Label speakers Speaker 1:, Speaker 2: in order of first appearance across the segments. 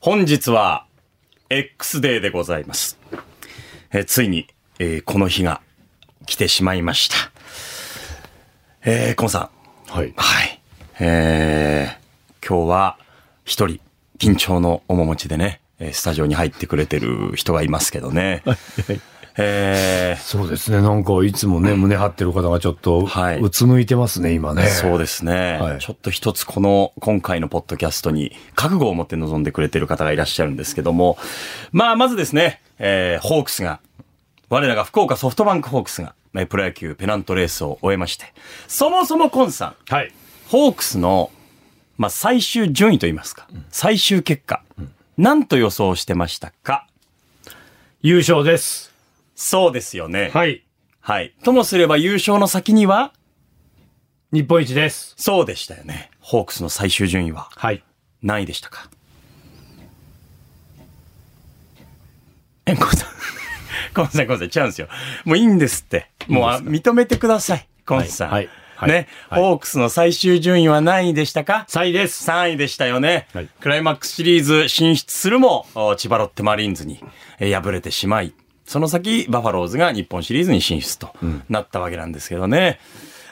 Speaker 1: 本日は X デーでございます。えーついに、えーこの日が来てしまいました。えー、コンさん。
Speaker 2: はい。
Speaker 1: はい。えー、今日は一人、緊張の面持ちでね、えースタジオに入ってくれてる人がいますけどね。えー
Speaker 2: そうですね。なんか、いつもね、胸張ってる方がちょっと、
Speaker 1: はいう
Speaker 2: つむいてますね、今ね。
Speaker 1: そうですね、
Speaker 2: はい
Speaker 1: ちょっと一つこの今回のポッドキャストに覚悟を持って臨んでくれてる方がいらっしゃるんですけども、まあまずですね、えーホークスが、我らが福岡ソフトバンクホークスが、えープロ野球ペナントレースを終えまして、そもそもコンさん、
Speaker 2: はい。
Speaker 1: ホークスの、まあ、最終順位といいますか、最終結果、なんと予想してましたか
Speaker 3: 優勝です。
Speaker 1: そうですよね。はい。
Speaker 3: はい。
Speaker 1: ともすれば優勝の先には、
Speaker 3: 日本一です。
Speaker 1: そうでしたよね。ホークスの最終順位は
Speaker 3: はい。
Speaker 1: 何位でしたかえ、コンさん。 コンさん、コンさん、違うんですよ。もういいんですって。もうあ認めてください。コンさん。
Speaker 3: はいはい
Speaker 1: ね、
Speaker 3: はい
Speaker 1: ホークスの最終順位は何位でしたか
Speaker 3: 3位です。
Speaker 1: 3位でしたよね、
Speaker 3: はい
Speaker 1: クライマックスシリーズ進出するも、お千葉ロッテマリーンズにえー敗れてしまい、その先、バファローズが日本シリーズに進出となったわけなんですけどね。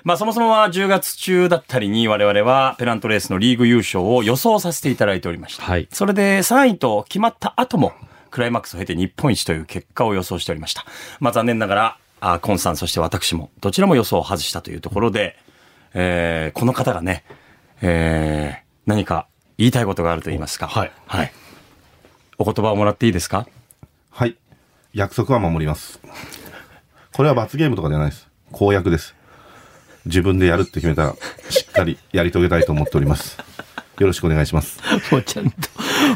Speaker 1: まあそもそもは10月中だったりに我々はペナントレースのリーグ優勝を予想させていただいておりました。
Speaker 2: はい
Speaker 1: それで3位と決まった後も、クライマックスを経て日本一という結果を予想しておりました。まあ残念ながら、あコンさん、そして私も、どちらも予想を外したというところで、えーこの方がね、えー何か言いたいことがあると言いますか。
Speaker 2: はい
Speaker 1: はい。お言葉をもらっていいですか
Speaker 4: はい。約束は守ります。これは罰ゲームとかじゃないです。公約です。自分でやるって決めたら、しっかりやり遂げたいと思っております。よろしくお願いします。
Speaker 3: もうちゃんと、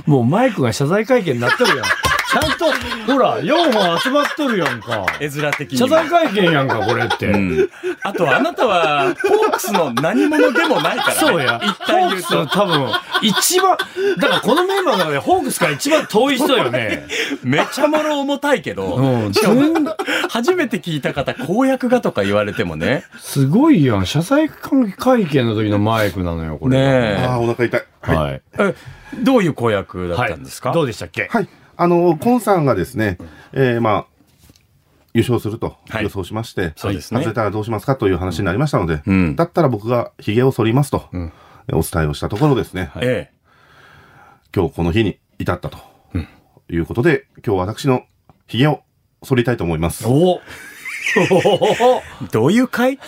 Speaker 3: もうマイクが謝罪会見になってるや ん。ちゃんと、ほら、4本集まっとるやんか。
Speaker 1: 絵面的に
Speaker 3: 謝罪会見やんか、これって。
Speaker 1: うんあとはあなたは、ホークスの何者でもないから、ね。
Speaker 3: そうや。
Speaker 1: 一
Speaker 3: ホー
Speaker 1: 旦言
Speaker 3: ク
Speaker 1: う
Speaker 3: スの
Speaker 1: と。
Speaker 3: 多分、一番、だからこのメンバーの中でホークスから一番遠い人よね。
Speaker 1: めちゃもろ重たいけど、
Speaker 3: うん
Speaker 1: しかも初めて聞いた方、公約がとか言われてもね。
Speaker 3: すごいやん。謝罪会見の時のマイクなのよ、これ。
Speaker 4: あ
Speaker 1: ね
Speaker 4: あ、お腹痛い。
Speaker 3: はい。はい。
Speaker 1: え。えどういう公約だったんですか、
Speaker 3: どうでしたっけ
Speaker 4: はい。あの、コンさんがですね、えー、まあ、優勝すると
Speaker 1: はい
Speaker 4: 予想しまして、
Speaker 1: そうですね
Speaker 4: 外れたらどうしますかという話になりましたので、
Speaker 1: うん
Speaker 4: だったら僕が髭を剃りますと、お伝えをしたところですね、
Speaker 1: え
Speaker 4: 今日この日に至ったと、いうことで、今日私の髭を剃りたいと思います。
Speaker 3: お
Speaker 1: え。どういう会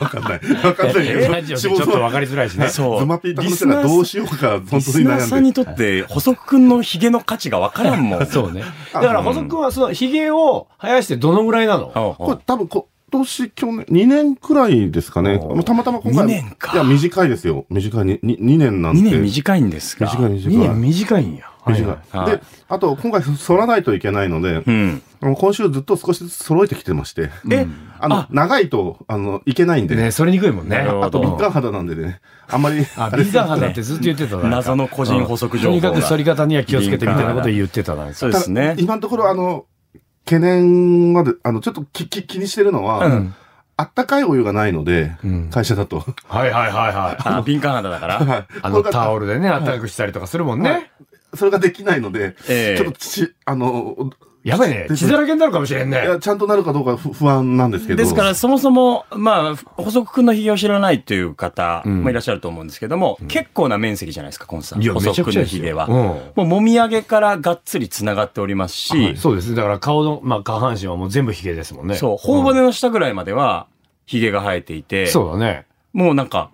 Speaker 4: わかんない。わかんないけど。
Speaker 3: ラジオでちょっと分かりづらいしね。
Speaker 1: そう。
Speaker 4: ズマピーと
Speaker 1: リ
Speaker 4: 話し
Speaker 1: ス
Speaker 4: た
Speaker 1: ナ
Speaker 4: らど
Speaker 1: ー
Speaker 4: う
Speaker 1: さ
Speaker 4: しようか、
Speaker 1: ん
Speaker 4: 本当
Speaker 1: リ
Speaker 4: に
Speaker 1: スナーさ
Speaker 4: 悩
Speaker 1: ん
Speaker 4: ん
Speaker 1: に
Speaker 4: で。
Speaker 1: とって、細くんのヒゲの価値がわからん もん。
Speaker 3: そうね。だ
Speaker 4: あ
Speaker 3: から細くんはそのヒゲを生やしてどのぐらいなの
Speaker 1: うん
Speaker 4: これ多分今年、去年、2年くらいですかね。たまたま今回。
Speaker 1: 二年か
Speaker 4: いや、短いですよ。短いに。に2年なん
Speaker 1: 2
Speaker 4: て。
Speaker 1: 年短いんですが。
Speaker 4: 短い、短い。
Speaker 3: ?2 年短いんや。はい
Speaker 4: 短
Speaker 3: はいい。
Speaker 1: はい
Speaker 4: で、あと、今回、剃らないといけないので
Speaker 1: う、ん。
Speaker 4: もう今週ずっと少しずつ揃えてきてまして、
Speaker 1: え、
Speaker 4: あの、長いと、あの、いけないんで
Speaker 3: ね、
Speaker 4: ね。
Speaker 3: それにくいもんね。
Speaker 1: なるほど
Speaker 4: あと、敏感肌なんでね。あんまり、
Speaker 3: あ、
Speaker 4: れ
Speaker 3: ビザ肌ってずっと言ってたな
Speaker 1: 謎の個人補足情
Speaker 3: と
Speaker 1: 報
Speaker 3: に
Speaker 1: が
Speaker 3: かく反り方には気をつけてみたいなこと言ってたなんか
Speaker 1: そうです
Speaker 4: た
Speaker 1: ね
Speaker 4: だ。今のところ、あの、懸念まで、あの、ちょっときき気にしてるのは、
Speaker 1: うん
Speaker 4: あったかいお湯がないので、
Speaker 3: ん
Speaker 4: 会社だと。
Speaker 3: はいはいはいはい。
Speaker 1: あ敏感肌だから。
Speaker 4: はい
Speaker 3: あのタ
Speaker 4: ル。
Speaker 3: オルでね、暖かくしたりとかするもん
Speaker 4: はい
Speaker 3: ね。
Speaker 4: それができないので、
Speaker 1: ええ
Speaker 4: ちょっとち、あの、
Speaker 3: やばいね。血だらけになるかもしれん
Speaker 4: い
Speaker 3: ね。
Speaker 4: やちゃんとなるかどうか不不安なんですけど。
Speaker 1: ですから、そもそも、まあ、補足くんのひげを知らないという方もいらっしゃると思うんですけども、結構な面積じゃないですか、コンさん。
Speaker 3: いや
Speaker 1: 補足
Speaker 3: め
Speaker 1: くんの
Speaker 3: ちゃくちゃです
Speaker 1: ひ
Speaker 3: よ
Speaker 1: げは。
Speaker 3: うん
Speaker 1: もう、もみあげからがっつり繋がっておりますし、
Speaker 3: そうですね。だから顔の、まあ下半身はもう全部ヒゲですもんね。
Speaker 1: そう、頬骨の下ぐらいまでは、ひげが生えていて、
Speaker 3: そうだね。
Speaker 1: もうなんか、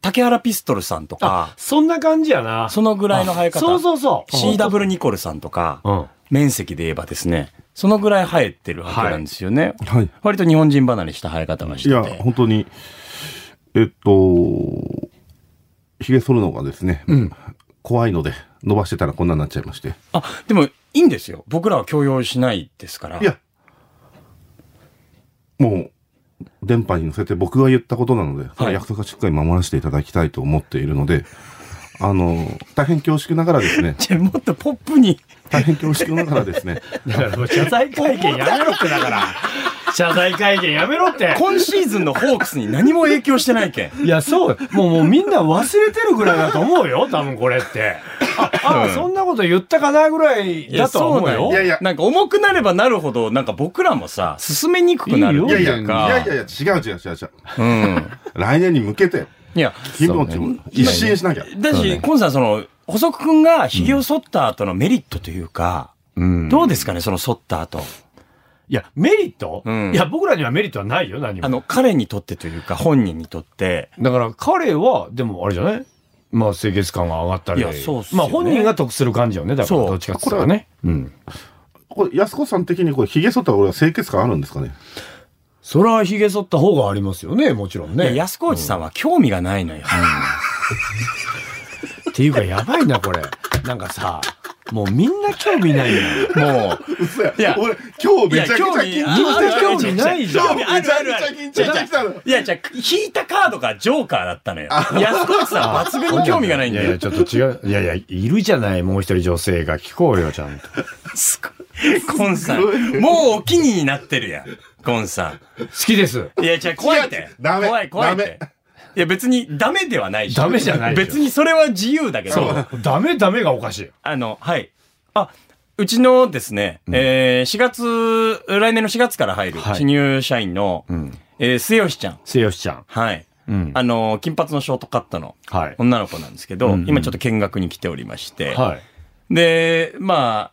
Speaker 1: 竹原ピストルさんと
Speaker 3: あ
Speaker 1: か、、
Speaker 3: そんな感じやな。
Speaker 1: そのぐらいの生え方。
Speaker 3: そうそうそう。
Speaker 1: CW ニコルさんとか、
Speaker 3: うん。
Speaker 1: 面積で言えばですね、そのぐらい生えてるわけなんですよね。
Speaker 4: はい。
Speaker 1: 割と日本人離れした生え方がし
Speaker 4: いや、
Speaker 1: てて。
Speaker 4: 本当に、えっと、髭剃るのがですね、怖いので、伸ばしてたらこんなになっちゃいまして。
Speaker 1: あ、でもいいんですよ。僕らは強要しないですから。
Speaker 4: いや、もう、電波に乗せて僕が言ったことなので、その約束はしっかり守らせていただきたいと思っているので、あの、大変恐縮ながらです ね、
Speaker 1: じゃあもっとポップに。
Speaker 4: 大変恐縮ながらですね、
Speaker 3: だからもう謝罪会見やめろってだから。謝罪会見やめろって。
Speaker 1: 今シーズンのホークスに何も影響してないけん。
Speaker 3: いや、そうよ。もう、もうみんな忘れてるぐらいだと思う よ。多分これって。あ、あそんなこと言ったかなぐらいだとは思うよ。
Speaker 1: いやいや、なんか重くなればなるほど、なんか僕らもさ、進めにくくなる
Speaker 3: い
Speaker 1: っ
Speaker 3: い
Speaker 1: て
Speaker 4: い
Speaker 1: い
Speaker 4: やいや、
Speaker 1: う
Speaker 4: い
Speaker 1: か。
Speaker 4: やいやいや、違う違う違う違う。
Speaker 1: うん。
Speaker 4: 来年に向けて、
Speaker 1: いや、
Speaker 4: 気分を一新しなきゃ。
Speaker 1: だし、コンさん、その、細くんが髭を剃った後のメリットというか、
Speaker 2: うん。
Speaker 1: どうですかね、その剃った後。
Speaker 3: いや、メリット、
Speaker 1: うん
Speaker 3: いや、僕らにはメリットはないよ、何も。
Speaker 1: あの、彼にとってというか、本人にとって。
Speaker 3: だから彼は、でもあれじゃない
Speaker 2: まあ、清潔感が上がったり。
Speaker 1: いやそうっすよ
Speaker 3: ま
Speaker 1: ね
Speaker 3: あ本人が得する感じよね、だから。
Speaker 1: そう
Speaker 3: どっちかって言ったらね。うん。
Speaker 4: これ、安子さん的に、これ、髭剃った俺は清潔感あるんですかね
Speaker 2: それは髭剃った方がありますよね、もちろん
Speaker 1: いや、
Speaker 2: ね。
Speaker 1: 安河内さんは興味がないのよ。
Speaker 3: っていうか、やばいな、これ。なんかさ、もうみんな興味ないよ。
Speaker 1: もう。
Speaker 4: 嘘や
Speaker 1: いや
Speaker 4: 俺、今日めちゃくちゃ緊
Speaker 1: いや
Speaker 3: みん
Speaker 1: 興味
Speaker 3: な興味ないじゃ
Speaker 4: 張
Speaker 3: ん。
Speaker 4: め
Speaker 1: あ
Speaker 4: ち
Speaker 1: る
Speaker 4: ゃ
Speaker 1: あ
Speaker 4: くち
Speaker 1: るあ
Speaker 4: ゃ
Speaker 1: る。
Speaker 4: 緊張してきたの。
Speaker 1: いや、じゃあ引いたカードがジョーカーだったのよ。安河内さんは抜群に興味がないん
Speaker 2: い
Speaker 1: だ
Speaker 2: やいや、
Speaker 1: よ。
Speaker 2: ちょっと違う。いやいや、いるじゃない、もう一人女性が。聞こうよ、ちゃんと。
Speaker 1: すごいコンさん。もうお気にになってるやん。コンさ
Speaker 2: 好きです。
Speaker 1: ん。いや、じゃあ怖いって。
Speaker 4: ダメ
Speaker 1: 怖い怖いっ
Speaker 4: ダ
Speaker 1: て
Speaker 4: メ。
Speaker 1: いや、別にダメではないし。
Speaker 3: ダメじゃないでしょ
Speaker 1: 別にそれは自由だけど。
Speaker 3: ダメダメがおかしい。
Speaker 1: あの、はい。あ、うちのですね、えー、4月、来年の4月から入る、
Speaker 2: はい
Speaker 1: 新入社員の、
Speaker 2: ん
Speaker 1: えー末吉ちゃん。
Speaker 2: せよしちゃん。
Speaker 1: はい。
Speaker 2: うん。
Speaker 1: あの、金髪のショートカットの
Speaker 2: はい。
Speaker 1: 女の子なんですけど、
Speaker 2: うんうん
Speaker 1: 今ちょっと見学に来ておりまして、
Speaker 2: はい。
Speaker 1: で、まあ、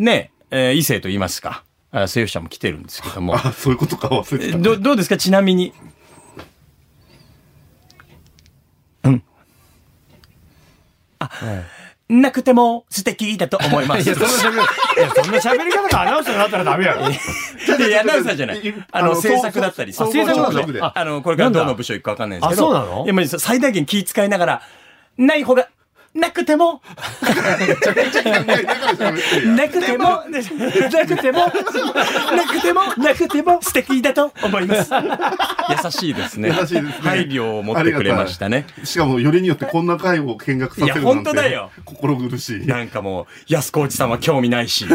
Speaker 1: ね、えー異性と言いますか、あ末吉ちゃんも来てるんですけども、
Speaker 4: あ、そういうことか、忘れ
Speaker 1: えー
Speaker 4: てた。
Speaker 1: どどうですかちなみに。うん。あ、なくても素敵だと思います。
Speaker 3: そんな喋り、いやそんな喋り方がアナウンサーになったらダメやろ。
Speaker 1: いやいや、アナウンサーじゃない。あの、制作だったり、
Speaker 4: そう
Speaker 1: 総
Speaker 4: あ
Speaker 1: 合
Speaker 4: 制作
Speaker 1: 職
Speaker 4: なんだ
Speaker 1: で
Speaker 4: あ
Speaker 1: あの、これからどの部署行くかわかんないですけど。
Speaker 3: あそうなの
Speaker 1: いや、まあ最大限気遣いながら、ない方が、なくても、なく ても、なくても、なくても、なくても、素敵だと思います。 優しいですね。
Speaker 4: 優しいですね
Speaker 1: 配慮を持ってくれましたね。
Speaker 4: しかも、よりによってこんな会を見学させるなんて。
Speaker 1: いや本当だよ
Speaker 4: 心苦しい。
Speaker 1: なんかもう、安河内さんは興味ない し、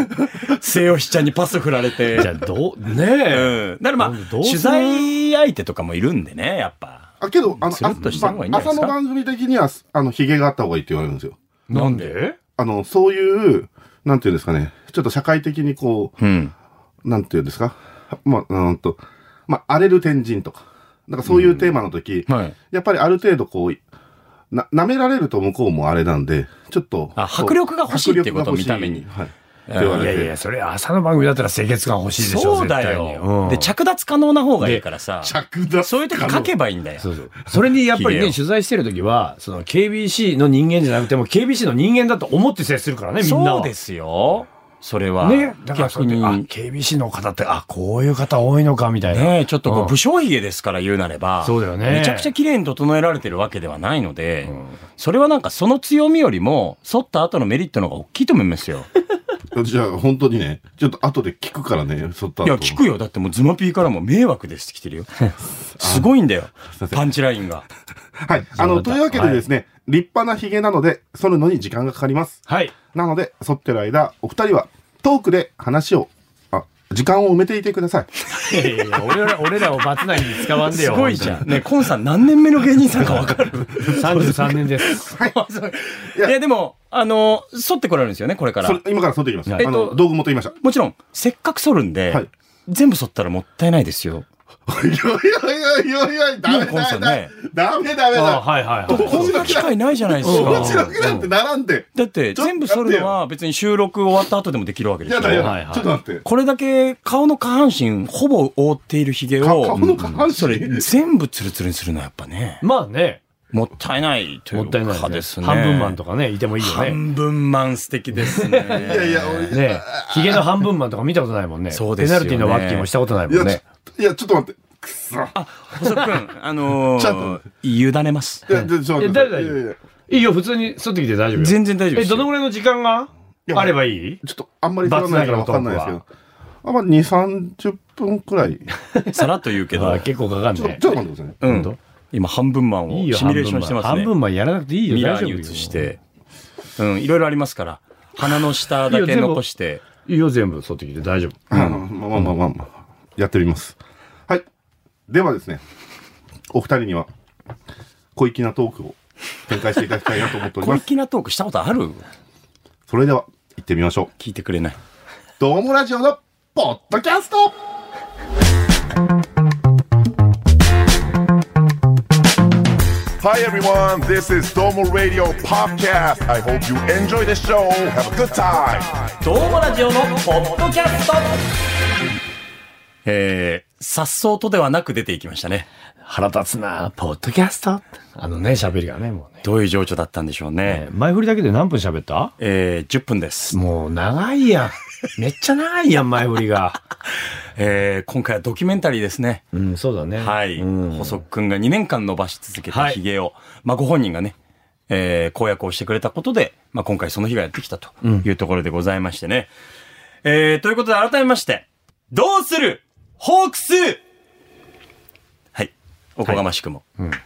Speaker 1: 末吉ちゃんにパス振られて。
Speaker 2: じゃあ、どう、
Speaker 1: う
Speaker 2: ね
Speaker 1: ん。
Speaker 2: え。
Speaker 1: だからまあ、
Speaker 2: どうす
Speaker 1: 取
Speaker 2: る
Speaker 1: 材相手とかもいるんでね、やっぱ。
Speaker 4: あ、けど、あの、
Speaker 1: つる
Speaker 4: あ
Speaker 1: っとした方がいいんじゃないで
Speaker 4: 朝
Speaker 1: すか
Speaker 4: の番組的には、あの、髭があった方がいいって言われるんですよ。
Speaker 2: なんで
Speaker 4: あの、そういう、なんていうんですかね、ちょっと社会的にこう、
Speaker 1: うん。
Speaker 4: なんていうんですか、まあ、うーんと、まあ、荒れる天神とか、なんかそういうテーマの時、
Speaker 1: はい。
Speaker 4: やっぱりある程度こう、な、舐められると向こうもあれなんで、ちょっと。
Speaker 1: あ
Speaker 4: こう
Speaker 1: 迫力が欲しいってこと
Speaker 4: 迫力が欲しい
Speaker 1: 見た目に
Speaker 4: はい。っ
Speaker 1: う
Speaker 4: て
Speaker 1: ん
Speaker 4: 言わ
Speaker 2: い
Speaker 4: れ
Speaker 2: や
Speaker 4: て。
Speaker 2: いや、それ朝の番組だったら清潔感欲しいでしょ。
Speaker 1: そうだ
Speaker 2: 絶対に
Speaker 1: よ。
Speaker 2: うん
Speaker 1: で、着脱可能な方がいいからさ。
Speaker 4: 着脱
Speaker 1: そういう時書けばいいんだよ。
Speaker 2: そうそう。それにやっぱり
Speaker 1: ひげを
Speaker 2: ね、取材してる時は、その KBC の人間じゃなくても KBC の人間だと思って接するからね、みんなは。
Speaker 1: そうですよ。それは。
Speaker 2: ね。だからそ
Speaker 1: 逆
Speaker 2: れで、
Speaker 1: に。
Speaker 2: あ、
Speaker 1: ね
Speaker 2: KBC の方って、あ、こういう方多いのか、みたいな。
Speaker 1: えちょっとこ
Speaker 2: う
Speaker 1: う、
Speaker 2: ん
Speaker 1: 武将髭ですから言うなれば。
Speaker 2: そうだよね
Speaker 1: めちゃくちゃ綺麗に整えられてるわけではないので、それはなんかその強みよりも、剃った後のメリットの方が大きいと思いますよ。
Speaker 4: じゃあ、本当にね、ちょっと後で聞くからね、そった
Speaker 1: いや、聞くよ。だってもうズマピーからも迷惑ですって来てる よ。 すごいんだよ。パンチラインが。
Speaker 4: はい。あの、というわけでですね、立派なヒゲなので、剃るのに時間がかかります。
Speaker 2: はい。
Speaker 4: なので、剃ってる間、お二人はトークで話を、あ、時間を埋めていてください。
Speaker 2: いやいやいや俺 ら、俺らを罰内に使わんですよ。
Speaker 1: ごいじゃん。ねえコンさん何年目の芸人さんかわかる
Speaker 2: 本当に。33年です。
Speaker 1: いや、でも、あの、剃ってこられるんですよね、これから
Speaker 4: そ。れ今から剃っていきます。
Speaker 1: い
Speaker 4: あ
Speaker 1: えっ
Speaker 4: の、
Speaker 1: と
Speaker 4: 道具持ってきました。
Speaker 1: もちろん、せっかく剃るんで、
Speaker 4: はい
Speaker 1: 全部剃ったらもったいないですよ。
Speaker 4: おいおいおいおいおい、ダメ
Speaker 1: もうコンさ
Speaker 4: ダ
Speaker 1: ん
Speaker 4: メ
Speaker 1: ね
Speaker 4: ダメダメ
Speaker 2: あ
Speaker 4: だ。
Speaker 2: はいはいはい。
Speaker 1: こんな機会ないじゃないです
Speaker 4: 面
Speaker 1: か。
Speaker 4: 白くなんて並んで。
Speaker 1: だって、
Speaker 4: ちょっと
Speaker 1: 全部剃るのは別に収録終わった後でもできるわけで
Speaker 4: や
Speaker 1: す
Speaker 4: だ
Speaker 1: よ。
Speaker 4: よ、
Speaker 2: はいはい
Speaker 4: ちょっと待って。
Speaker 1: これだけ顔の下半身ほぼ覆っているヒゲ
Speaker 4: か顔
Speaker 1: を、
Speaker 4: の下半身
Speaker 1: それ全部ツルツルにするのはやっぱね、
Speaker 2: まあね、
Speaker 1: もったいないとい
Speaker 2: も
Speaker 1: う
Speaker 2: ったいない
Speaker 1: か
Speaker 2: ね
Speaker 1: ですね。
Speaker 2: 半分マンとかね、いてもいいよね。
Speaker 1: 半分マン素敵ですね。い
Speaker 4: いやいや、俺い
Speaker 2: ねヒゲの半分マンとか見たことないもんね。
Speaker 1: そうですよね
Speaker 2: ペナルティのワッキーもしたことないも
Speaker 4: や、
Speaker 2: んね。
Speaker 4: ちいや、ちょっと待って。くそ。
Speaker 1: あ、細くん、あの
Speaker 4: ちょ
Speaker 1: ー、委ねます。
Speaker 4: いや、ちょっと待って。
Speaker 2: え誰だよ
Speaker 4: いやいやい
Speaker 2: いいよ、普通に剃ってきて大丈夫よ。
Speaker 1: 全然大丈夫
Speaker 2: え、
Speaker 1: ですよ
Speaker 2: どのぐらいの時間が
Speaker 4: いや
Speaker 2: あればいい
Speaker 4: やちょっとあんまり知らないからわかんないですけど。あ、まあ、2、30分くらい。ち
Speaker 1: さらっと言うけど
Speaker 2: あ、結構かかん
Speaker 4: ょっと、
Speaker 2: ね
Speaker 4: ち。ょっと待ってくださいね。
Speaker 1: う
Speaker 2: ほん
Speaker 1: ん
Speaker 2: と。
Speaker 1: 今、半分マン
Speaker 2: いい
Speaker 1: を
Speaker 2: よ、
Speaker 1: シミュレーションしてますね。
Speaker 2: 半分マンやらなくていいよ、
Speaker 1: ミ
Speaker 2: 大
Speaker 1: ラー
Speaker 2: 丈夫
Speaker 1: に
Speaker 2: よ。
Speaker 1: 移して。うん、いろいろありますから。鼻の下だけ残して。
Speaker 2: いいよ、全部剃ってきて大丈夫。
Speaker 4: あまあまあまあまあまあ。やってみます。ではですね、お二人には、小粋なトークを展開していただきたいなと思っており
Speaker 1: 小
Speaker 4: ます。
Speaker 1: 粋なトークしたことある
Speaker 4: それでは、行ってみましょう。
Speaker 1: 聞いてくれない。
Speaker 4: どうもラジオのポッドキャスト
Speaker 5: Hi everyone, this is Domo Radio Podcast. I hope you enjoy the show. Have a good time.
Speaker 1: どうもラジオのポッドキャストえー、さっそうとではなく出ていきましたね。
Speaker 2: 腹立つなポッドキャスト。あのね、喋りがね、もうね。
Speaker 1: どういう情緒だったんでしょうね。
Speaker 2: 前振りだけで何分喋った
Speaker 1: えー、10分です。
Speaker 2: もう長いやん。 めっちゃ長いやん、前振りが。
Speaker 1: えー、今回はドキュメンタリーですね。
Speaker 2: うん、そうだね。
Speaker 1: はい。
Speaker 2: うん
Speaker 1: 細くんが2年間伸ばし続けた
Speaker 2: はい
Speaker 1: ヒゲを、まあご本人がね、えー、公約をしてくれたことで、まあ今回その日がやってきたというところでございましてね。えー、ということで改めまして、どうするホークスはい。おこがましくも、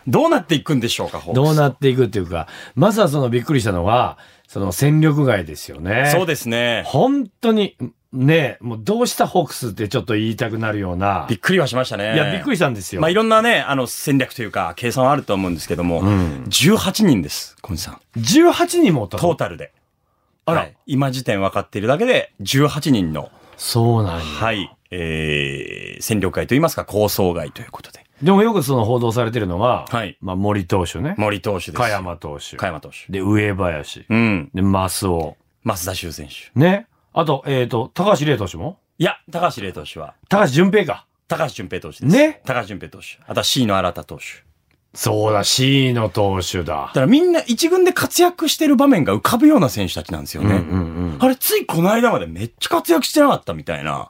Speaker 1: どうなっていくんでしょうか、ホークス。
Speaker 2: どうなっていくっていうか、まずはそのびっくりしたのは、その戦力外ですよね。
Speaker 1: そうですね。
Speaker 2: 本当に、ねもうどうしたホークスってちょっと言いたくなるような。
Speaker 1: びっくりはしましたね。
Speaker 2: いや、びっくりしたんですよ。
Speaker 1: まあいろんなね、あの戦略というか計算はあると思うんですけども、18人です、小西さん。
Speaker 2: 18人もと。
Speaker 1: トータルで。
Speaker 2: あら
Speaker 1: はい今時点分かっているだけで、18人の、
Speaker 2: そうなんや。
Speaker 1: はい、えー、戦力外といいますか、構想外ということで。
Speaker 2: でもよくその報道されてるのは、
Speaker 1: はい
Speaker 2: まあ森投手ね。
Speaker 1: 森投手です。
Speaker 2: 加。山投手。
Speaker 1: 加山投手。
Speaker 2: で、上林。
Speaker 1: うん。
Speaker 2: で、マスオ。
Speaker 1: 増田修選手。
Speaker 2: ね。あと、えっ、と、高橋礼投手も
Speaker 1: いや、高橋礼投手は、
Speaker 2: 高橋純平か。
Speaker 1: 高橋純平投手です。
Speaker 2: ね。
Speaker 1: 高橋純平投手。あとは C の新田投手。
Speaker 2: そうだ、C の投
Speaker 1: だ
Speaker 2: 手だ。
Speaker 1: からみんな一軍で活躍してる場面が浮かぶような選手たちなんですよね。
Speaker 2: うん。
Speaker 1: あれ、ついこの間までめっちゃ活躍してなかったみたいな。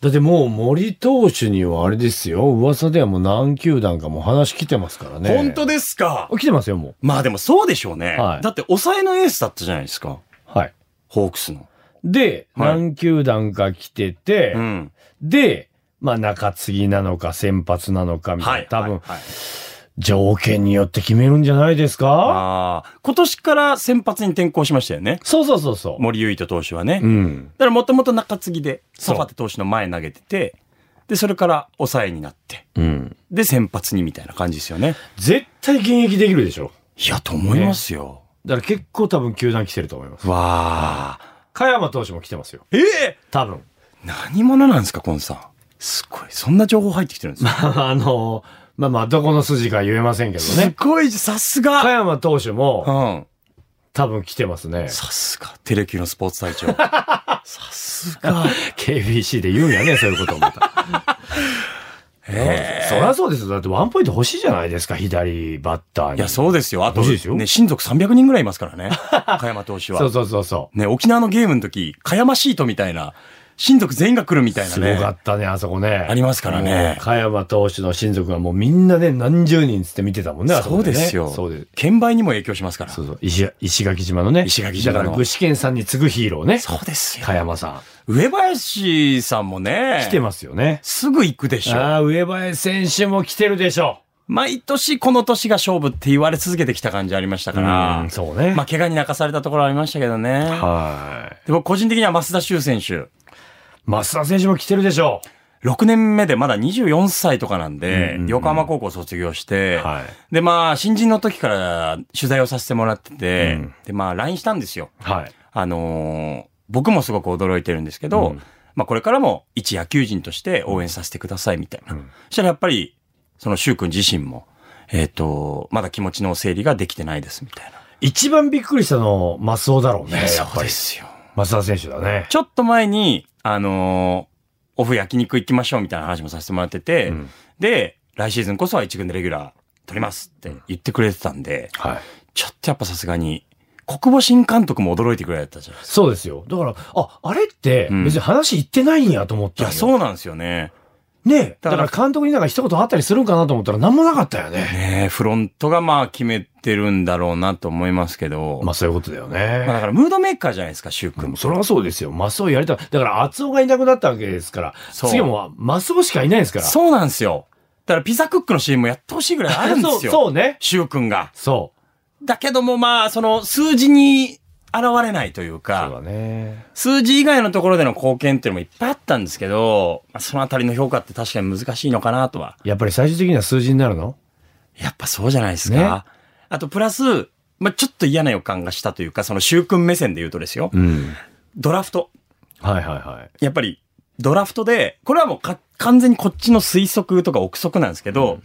Speaker 2: だってもう森投手にはあれですよ。噂ではもう何球団かもう話来てますからね。
Speaker 1: 本当ですか
Speaker 2: 来てますよ、もう。
Speaker 1: まあでもそうでしょうね。
Speaker 2: はい
Speaker 1: だって抑えのエースだったじゃないですか。
Speaker 2: はい。
Speaker 1: ホークスの。
Speaker 2: で、
Speaker 1: はい
Speaker 2: 何球団か来てて、
Speaker 1: うん。
Speaker 2: で、まあ中継ぎなのか先発なのかみた
Speaker 1: はいい。
Speaker 2: な、多分、
Speaker 1: はいはい
Speaker 2: 条件によって決めるんじゃないですか
Speaker 1: ああ、今年から先発に転向しましたよね。
Speaker 2: そうそうそうそう。
Speaker 1: 森唯斗投手はね。
Speaker 2: う
Speaker 1: だ
Speaker 2: ん。
Speaker 1: からもともと中継ぎで、
Speaker 2: そ
Speaker 1: ソ
Speaker 2: う
Speaker 1: ファテ投手の前投げてて、で、それから抑えになって、
Speaker 2: うん。
Speaker 1: で、先発にみたいな感じですよね。
Speaker 2: 絶対現役できるでしょ。
Speaker 1: いや、と思いますよ。
Speaker 2: だから結構多分球団来てると思います。
Speaker 1: わあ。
Speaker 2: 加山投手も来てますよ。
Speaker 1: ええ
Speaker 2: 多分。
Speaker 1: 何者なんですか、コンさん。すごい。そんな情報入ってきてるんですか、
Speaker 2: あの、まあまあ、どこの筋か言えませんけど
Speaker 1: す
Speaker 2: ね。
Speaker 1: ごい、さす
Speaker 2: 加
Speaker 1: が。
Speaker 2: 山投手
Speaker 1: うん。
Speaker 2: も多分来てますね。
Speaker 1: さすが。テレキューのスポーツ隊 長。さすが。
Speaker 2: KBC で言うんやね、そういうことをまた。
Speaker 1: ええ
Speaker 2: そりゃそうですよ。だってワンポイント欲しいじゃないですか、左バッターに。
Speaker 1: いや、そうですよ。あと、
Speaker 2: 欲しいですよ
Speaker 1: ね、親族300人ぐらいいますから ね。加山投手は。
Speaker 2: そうそうそうそ
Speaker 1: ね、沖縄のゲームの時、かやまシートみたいな、親族全員が来るみたいな
Speaker 2: う。すごか
Speaker 1: ね。
Speaker 2: ったね、あそこね。
Speaker 1: ありますからね
Speaker 2: もう加山投手の親族がもうみんなね、何十人つって見てたもんね、あこ
Speaker 1: そう
Speaker 2: ね
Speaker 1: ですよ。
Speaker 2: そうです。
Speaker 1: 券売にも影響しますから。
Speaker 2: そ
Speaker 1: そう
Speaker 2: そう。石石垣島のね。
Speaker 1: 石垣島の
Speaker 2: だから具志堅さんに次ぐヒーローね。
Speaker 1: うですよ。
Speaker 2: 加山さ
Speaker 1: 上林さんもね
Speaker 2: ん。、来てますよね。
Speaker 1: すぐ行くでしょ。
Speaker 2: ああ、上林選手も来てるでしょ
Speaker 1: 毎年この年が勝負って言われ続けてきた感じありました
Speaker 2: う。
Speaker 1: から。
Speaker 2: うんそうね。
Speaker 1: まあ、怪我に泣かされたところありましたけどね。
Speaker 2: は
Speaker 1: でも個人的には増田修選手。
Speaker 2: い。増田選手も来てるでしょ
Speaker 1: 6年目でまだ24歳とかなんで、横浜高校卒業して、
Speaker 2: は
Speaker 1: で、まあ、新人の時から取材をさせてもらってて、
Speaker 2: うん
Speaker 1: で、まあ、LINE したんですよ。
Speaker 2: う。はい。
Speaker 1: あのー僕もすごく驚いてるんですけど、まあ、これからも一野球人として応援させてくださいみたいな。そしたらやっぱり、そのく君自身も、えっ、と、まだ気持ちの整理ができてないですみたいな。
Speaker 2: 一番びっくりしたの、増尾だろうね。やっぱり。
Speaker 1: すよ。
Speaker 2: 増田選手だね。
Speaker 1: ちょっと前に、あのーオフ焼肉行きましょうみたいな話もさせてもらってて、で、来シーズンこそは一軍でレギュラー取りますって言ってくれてたんで、
Speaker 2: はい。
Speaker 1: ちょっとやっぱさすがに、国母新監督も驚いてくれたじゃないですか。
Speaker 2: そうですよ。だから、あ、あれって、
Speaker 1: うん
Speaker 2: 別に話言ってないんやと思っ
Speaker 1: い
Speaker 2: たの
Speaker 1: や、
Speaker 2: よ
Speaker 1: そうなんですよね。
Speaker 2: ねえ。
Speaker 1: だか
Speaker 2: だからら監督になんか一言あったりするんかなと思ったら何もなかったよね。
Speaker 1: ねえ、フロントがまあ決めてるんだろうなと思いますけど、
Speaker 2: まあそういうことだよね。
Speaker 1: まあだからムードメーカーじゃないですか、シュウ君も。
Speaker 2: それはそうですよ。マスオやりたい。だから、厚尾がいなくなったわけですから、
Speaker 1: そう
Speaker 2: 次はもう、マスオしかいないですから。
Speaker 1: そうなんですよ。だからピザクックの CM もやってほしいぐらいあるんですよ。
Speaker 2: そうそうね。
Speaker 1: シュウ君が。
Speaker 2: そ
Speaker 1: だけどもまあ、その数字に現れないというか、
Speaker 2: そうだね。
Speaker 1: 数字以外のところでの貢献っていうのもいっぱいあったんですけど、まあ、そのあたりの評価って確かに難しいのかなとは。
Speaker 2: やっぱり最終的には数字になるの
Speaker 1: やっぱそうじゃないですか。あと、プラス、まあ、ちょっと嫌な予感がしたというか、その習君目線で言うとですよ。
Speaker 2: うん。
Speaker 1: ドラフト。
Speaker 2: はいはいはい。
Speaker 1: やっぱり、ドラフトで、これはもうか完全にこっちの推測とか憶測なんですけど、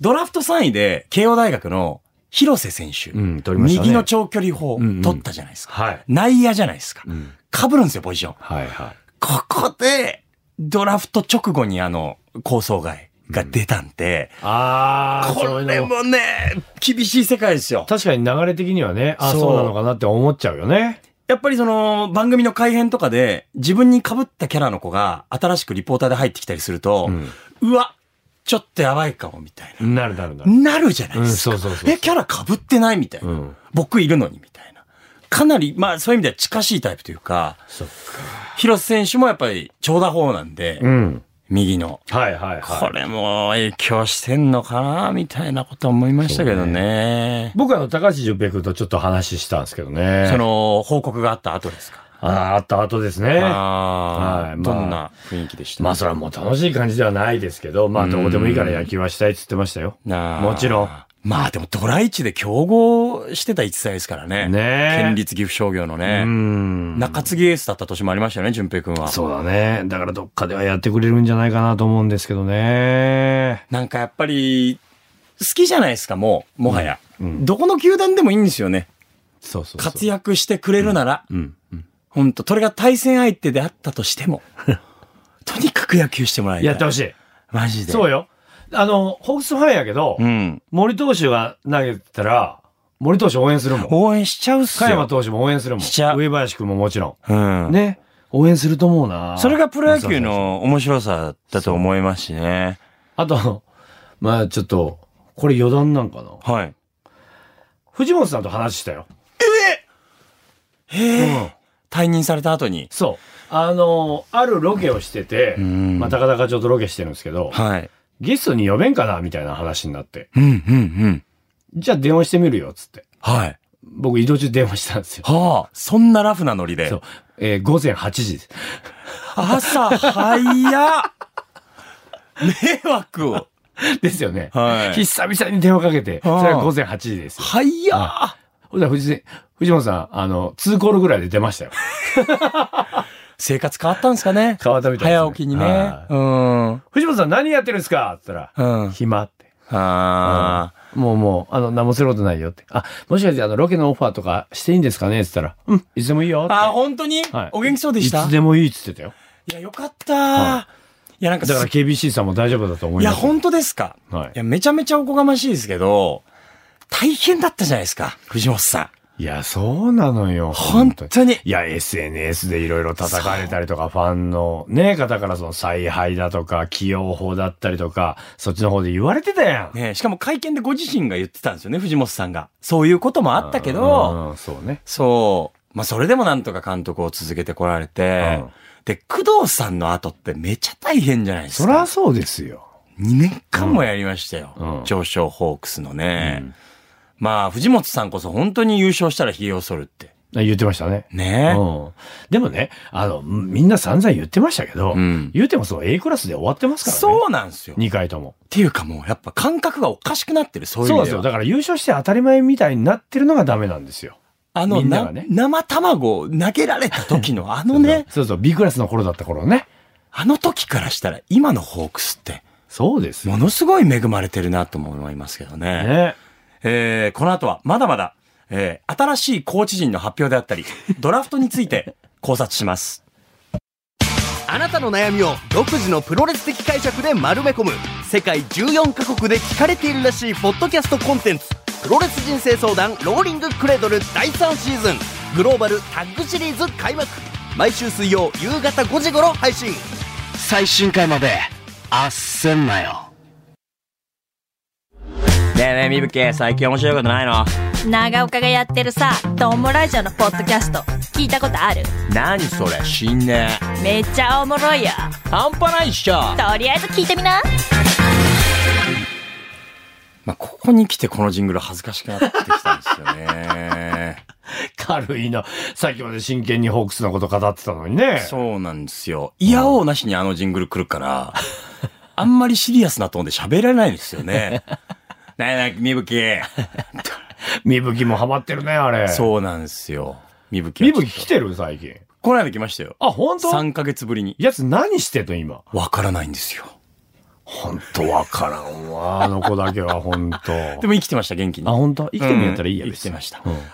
Speaker 1: ドラフト3位で、慶応大学の広瀬選手、
Speaker 2: うん取りましたね
Speaker 1: 右の長距離砲、
Speaker 2: うんうん
Speaker 1: 取ったじゃないですか。
Speaker 2: はい。
Speaker 1: 内野じゃないですか。
Speaker 2: うん。
Speaker 1: 被るんですよ、ポジション。
Speaker 2: はいはい。
Speaker 1: ここで、ドラフト直後にあの、構想外が出たんで、
Speaker 2: ああ、
Speaker 1: こ
Speaker 2: そういう
Speaker 1: れ
Speaker 2: の
Speaker 1: もね、厳しい世界ですよ。
Speaker 2: 確かに流れ的にはね、あ
Speaker 1: そう
Speaker 2: そうなのかなって思っちゃうよね。
Speaker 1: やっぱりその、番組の改編とかで、自分に被ったキャラの子が、新しくリポーターで入ってきたりすると、うわ、ちょっとやばいかも、みたいな。
Speaker 2: なるなるなる。
Speaker 1: なるじゃないですか。
Speaker 2: うんそうそうそうそう
Speaker 1: え、キャラ被ってないみたいな、
Speaker 2: うん
Speaker 1: 僕いるのに、みたいな。かなり、まあそういう意味では近しいタイプというか、
Speaker 2: そっ
Speaker 1: 広瀬選手もやっぱり長打方なんで、
Speaker 2: うん。
Speaker 1: 右の。
Speaker 2: はいはいはい。
Speaker 1: これも影響してんのかなみたいなこと思いましたけどね。
Speaker 2: 僕はあの、高橋純平君とちょっと話したんですけど
Speaker 1: そ
Speaker 2: ね。
Speaker 1: の、報告があった後ですか。
Speaker 2: あーあった後ですね。
Speaker 1: ああ、
Speaker 2: はいま
Speaker 1: ど
Speaker 2: あ
Speaker 1: んな雰囲気でした
Speaker 2: まあそれはもう楽しい感じではないですけど、まあどうでもいいから野球はしたいって言ってましたよ。
Speaker 1: なあ
Speaker 2: もちろん。。
Speaker 1: まあでもドラ1で競合してた一歳ですからね。
Speaker 2: ねえ
Speaker 1: 県立岐阜商業のね。
Speaker 2: うん。
Speaker 1: 中継ぎエースだった年もありましたよね、淳平くんは。
Speaker 2: そうだね。だからどっかではやってくれるんじゃないかなと思うんですけどね。
Speaker 1: なんかやっぱり、好きじゃないですか、もう、もはや。どこの球団でもいいんですよね。
Speaker 2: そうそうそう。
Speaker 1: 活躍してくれるなら。
Speaker 2: うん。
Speaker 1: ほんと、それが対戦相手であったとして も。とにかく野球してもらいたい。
Speaker 2: やってほ
Speaker 1: しい。
Speaker 2: しい。
Speaker 1: マジで。
Speaker 2: そう
Speaker 1: よ。
Speaker 2: よ。あの、ホークスファンやけど、
Speaker 1: うん。
Speaker 2: 森投手が投げたら、森投手応援するもん。
Speaker 1: 応援しちゃうっす
Speaker 2: 加
Speaker 1: よ。
Speaker 2: 山投手も応援するもん。
Speaker 1: しちゃう
Speaker 2: 上林君ももちろ
Speaker 1: うん。
Speaker 2: ん。ね。応援すると思うな。
Speaker 1: それがプロ野球
Speaker 2: そうそうそう。
Speaker 1: の面白さだと思いますしね。
Speaker 2: あと、まあちょっと、これ余談なんかな。
Speaker 1: はい。
Speaker 2: 藤本さんと話したよ。
Speaker 1: へえ、
Speaker 2: うん
Speaker 1: 退任された後に。
Speaker 2: そう。あの、あるロケをしてて、
Speaker 1: ん
Speaker 2: まあ、高田課長とロケしてるんですけど、
Speaker 1: はい。
Speaker 2: ゲストに呼べんかなみたいな話になって。
Speaker 1: うん、うん、うん。
Speaker 2: じゃあ電話してみるよ、つって。
Speaker 1: はい。
Speaker 2: 僕移動中電話したんですよ。
Speaker 1: はあ、そんなラフなノリで。
Speaker 2: そう。えー午前8時です。
Speaker 1: 朝早っ 迷惑を。
Speaker 2: ですよね。
Speaker 1: はい。
Speaker 2: 久々に電話かけて、そ
Speaker 1: ああ
Speaker 2: れは午前8時ですよ。
Speaker 1: 早っ
Speaker 2: ほんなら藤井藤本さん、あの、2コールぐらいで出ましたよ。
Speaker 1: 生活変わったんですかね
Speaker 2: 変わったみたいですね
Speaker 1: 早起きにね
Speaker 2: は。い
Speaker 1: うん。うん。
Speaker 2: 藤本さん何やってるんですかって言ったら、
Speaker 1: あ
Speaker 2: 暇って。
Speaker 1: あ
Speaker 2: もうもう、あの、何もすることないよって。あ、もしかしてあの、ロケのオファーとかしていいんですかねって言ったら、うん、いつでもいいよって。
Speaker 1: ー。あー、本当に、
Speaker 2: はい
Speaker 1: お元気そうでした
Speaker 2: い
Speaker 1: い
Speaker 2: つでもいいっつってたよ。
Speaker 1: や、よかった、、
Speaker 2: はい
Speaker 1: や、なんか
Speaker 2: だから
Speaker 1: す、
Speaker 2: KBC さんも大丈夫だと思
Speaker 1: い
Speaker 2: いま
Speaker 1: や、
Speaker 2: す。
Speaker 1: 本当ですか、
Speaker 2: は
Speaker 1: い
Speaker 2: い
Speaker 1: や、めちゃめちゃおこがましいですけど、大変だったじゃないですか、藤本さん。
Speaker 2: いや、そうなのよ。
Speaker 1: 本当に。
Speaker 2: いや、SNS でいろいろ叩かれたりとか、ファンのね、方からその采配だとか、起用法だったりとか、そっちの方で言われてたやん。
Speaker 1: ねえ、しかも会見でご自身が言ってたんですよね、藤本さんが。そういうこともあったけど、
Speaker 2: うん、そうね。
Speaker 1: そう。まあ、それでもなんとか監督を続けてこられて、
Speaker 2: うん
Speaker 1: で、工藤さんの後ってめちゃ大変じゃないです
Speaker 2: そ
Speaker 1: か。
Speaker 2: らそうですよ。
Speaker 1: 2年間もやりましたよ。
Speaker 2: うん
Speaker 1: 上昇ホークスのね。まあ、藤本さんこそ本当に優勝したら髭を剃るって。
Speaker 2: 言ってましたね。う
Speaker 1: ねえ。
Speaker 2: ん。でもね、あの、みんな散々言ってましたけど、
Speaker 1: うん
Speaker 2: 言うてもそう、A クラスで終わってますからね。
Speaker 1: そうなんですよ。っ
Speaker 2: 2回とも。
Speaker 1: ていうかもうやっぱ感覚がおかしくなってる、そういう
Speaker 2: そう
Speaker 1: 意
Speaker 2: なん
Speaker 1: 味
Speaker 2: です
Speaker 1: では
Speaker 2: よ。だから優勝して当たり前みたいになってるのがダメなんですよ。
Speaker 1: あの、
Speaker 2: みんな
Speaker 1: な
Speaker 2: がね
Speaker 1: 生卵を投げられた時のあのね、
Speaker 2: そうそう、B クラスの頃だった頃ね。
Speaker 1: あの時からしたら今のホークスって、
Speaker 2: そうですよ
Speaker 1: ものすごい恵まれてるなとも思いますけどね。
Speaker 2: ね。
Speaker 1: えーこの後はまだまだ、えー新しいコーチ陣の発表であ ったり、ドラフトについて考察します。
Speaker 6: あなたの悩みを独自のプロレス的解釈で丸め込む世界14カ国で聞かれているらしいポッドキャストコンテンツ「プロレス人生相談ローリングクレードル」第3シーズングローバルタッグシリーズ開幕毎週水曜夕方5時頃配信
Speaker 7: 最新回まであっせんなよ
Speaker 1: ねえねえ、みぶけ、最近面白いことないの
Speaker 8: 長岡がやってるさ「トモラジオ」のポッドキャスト聞いたことある
Speaker 1: 何それ、死んね
Speaker 8: めっちゃおもろい
Speaker 1: え。
Speaker 8: よ
Speaker 1: 半端ないっしょ。
Speaker 8: とりあえず聞いてみな
Speaker 1: まあ、ここに来てこのジングル恥ずかしくなってきたんですよね。
Speaker 2: 軽いな。さっきまで真剣にホークスのこと語ってたのにね。
Speaker 1: そうなんですよ。いやおうなしにあのジングル来るから、あんまりシリアスなトーンで喋らないですよ ね。ねえねえ、みぶき。
Speaker 2: みぶきもハマってるね、あれ。
Speaker 1: そうなんですよ。みぶき。
Speaker 2: みぶき来てる最近。
Speaker 1: この間来ましたよ。
Speaker 2: あ、本当
Speaker 1: 3ヶ月ぶりに。
Speaker 2: やつ何してんの今。
Speaker 1: わからないんですよ。
Speaker 2: 本当わからんわ。あの子だけは本当。
Speaker 1: でも生きてました、元気に。
Speaker 2: あ、本当生きてるんやったらいいや、
Speaker 1: うん生
Speaker 2: 別
Speaker 1: きて
Speaker 2: に
Speaker 1: まし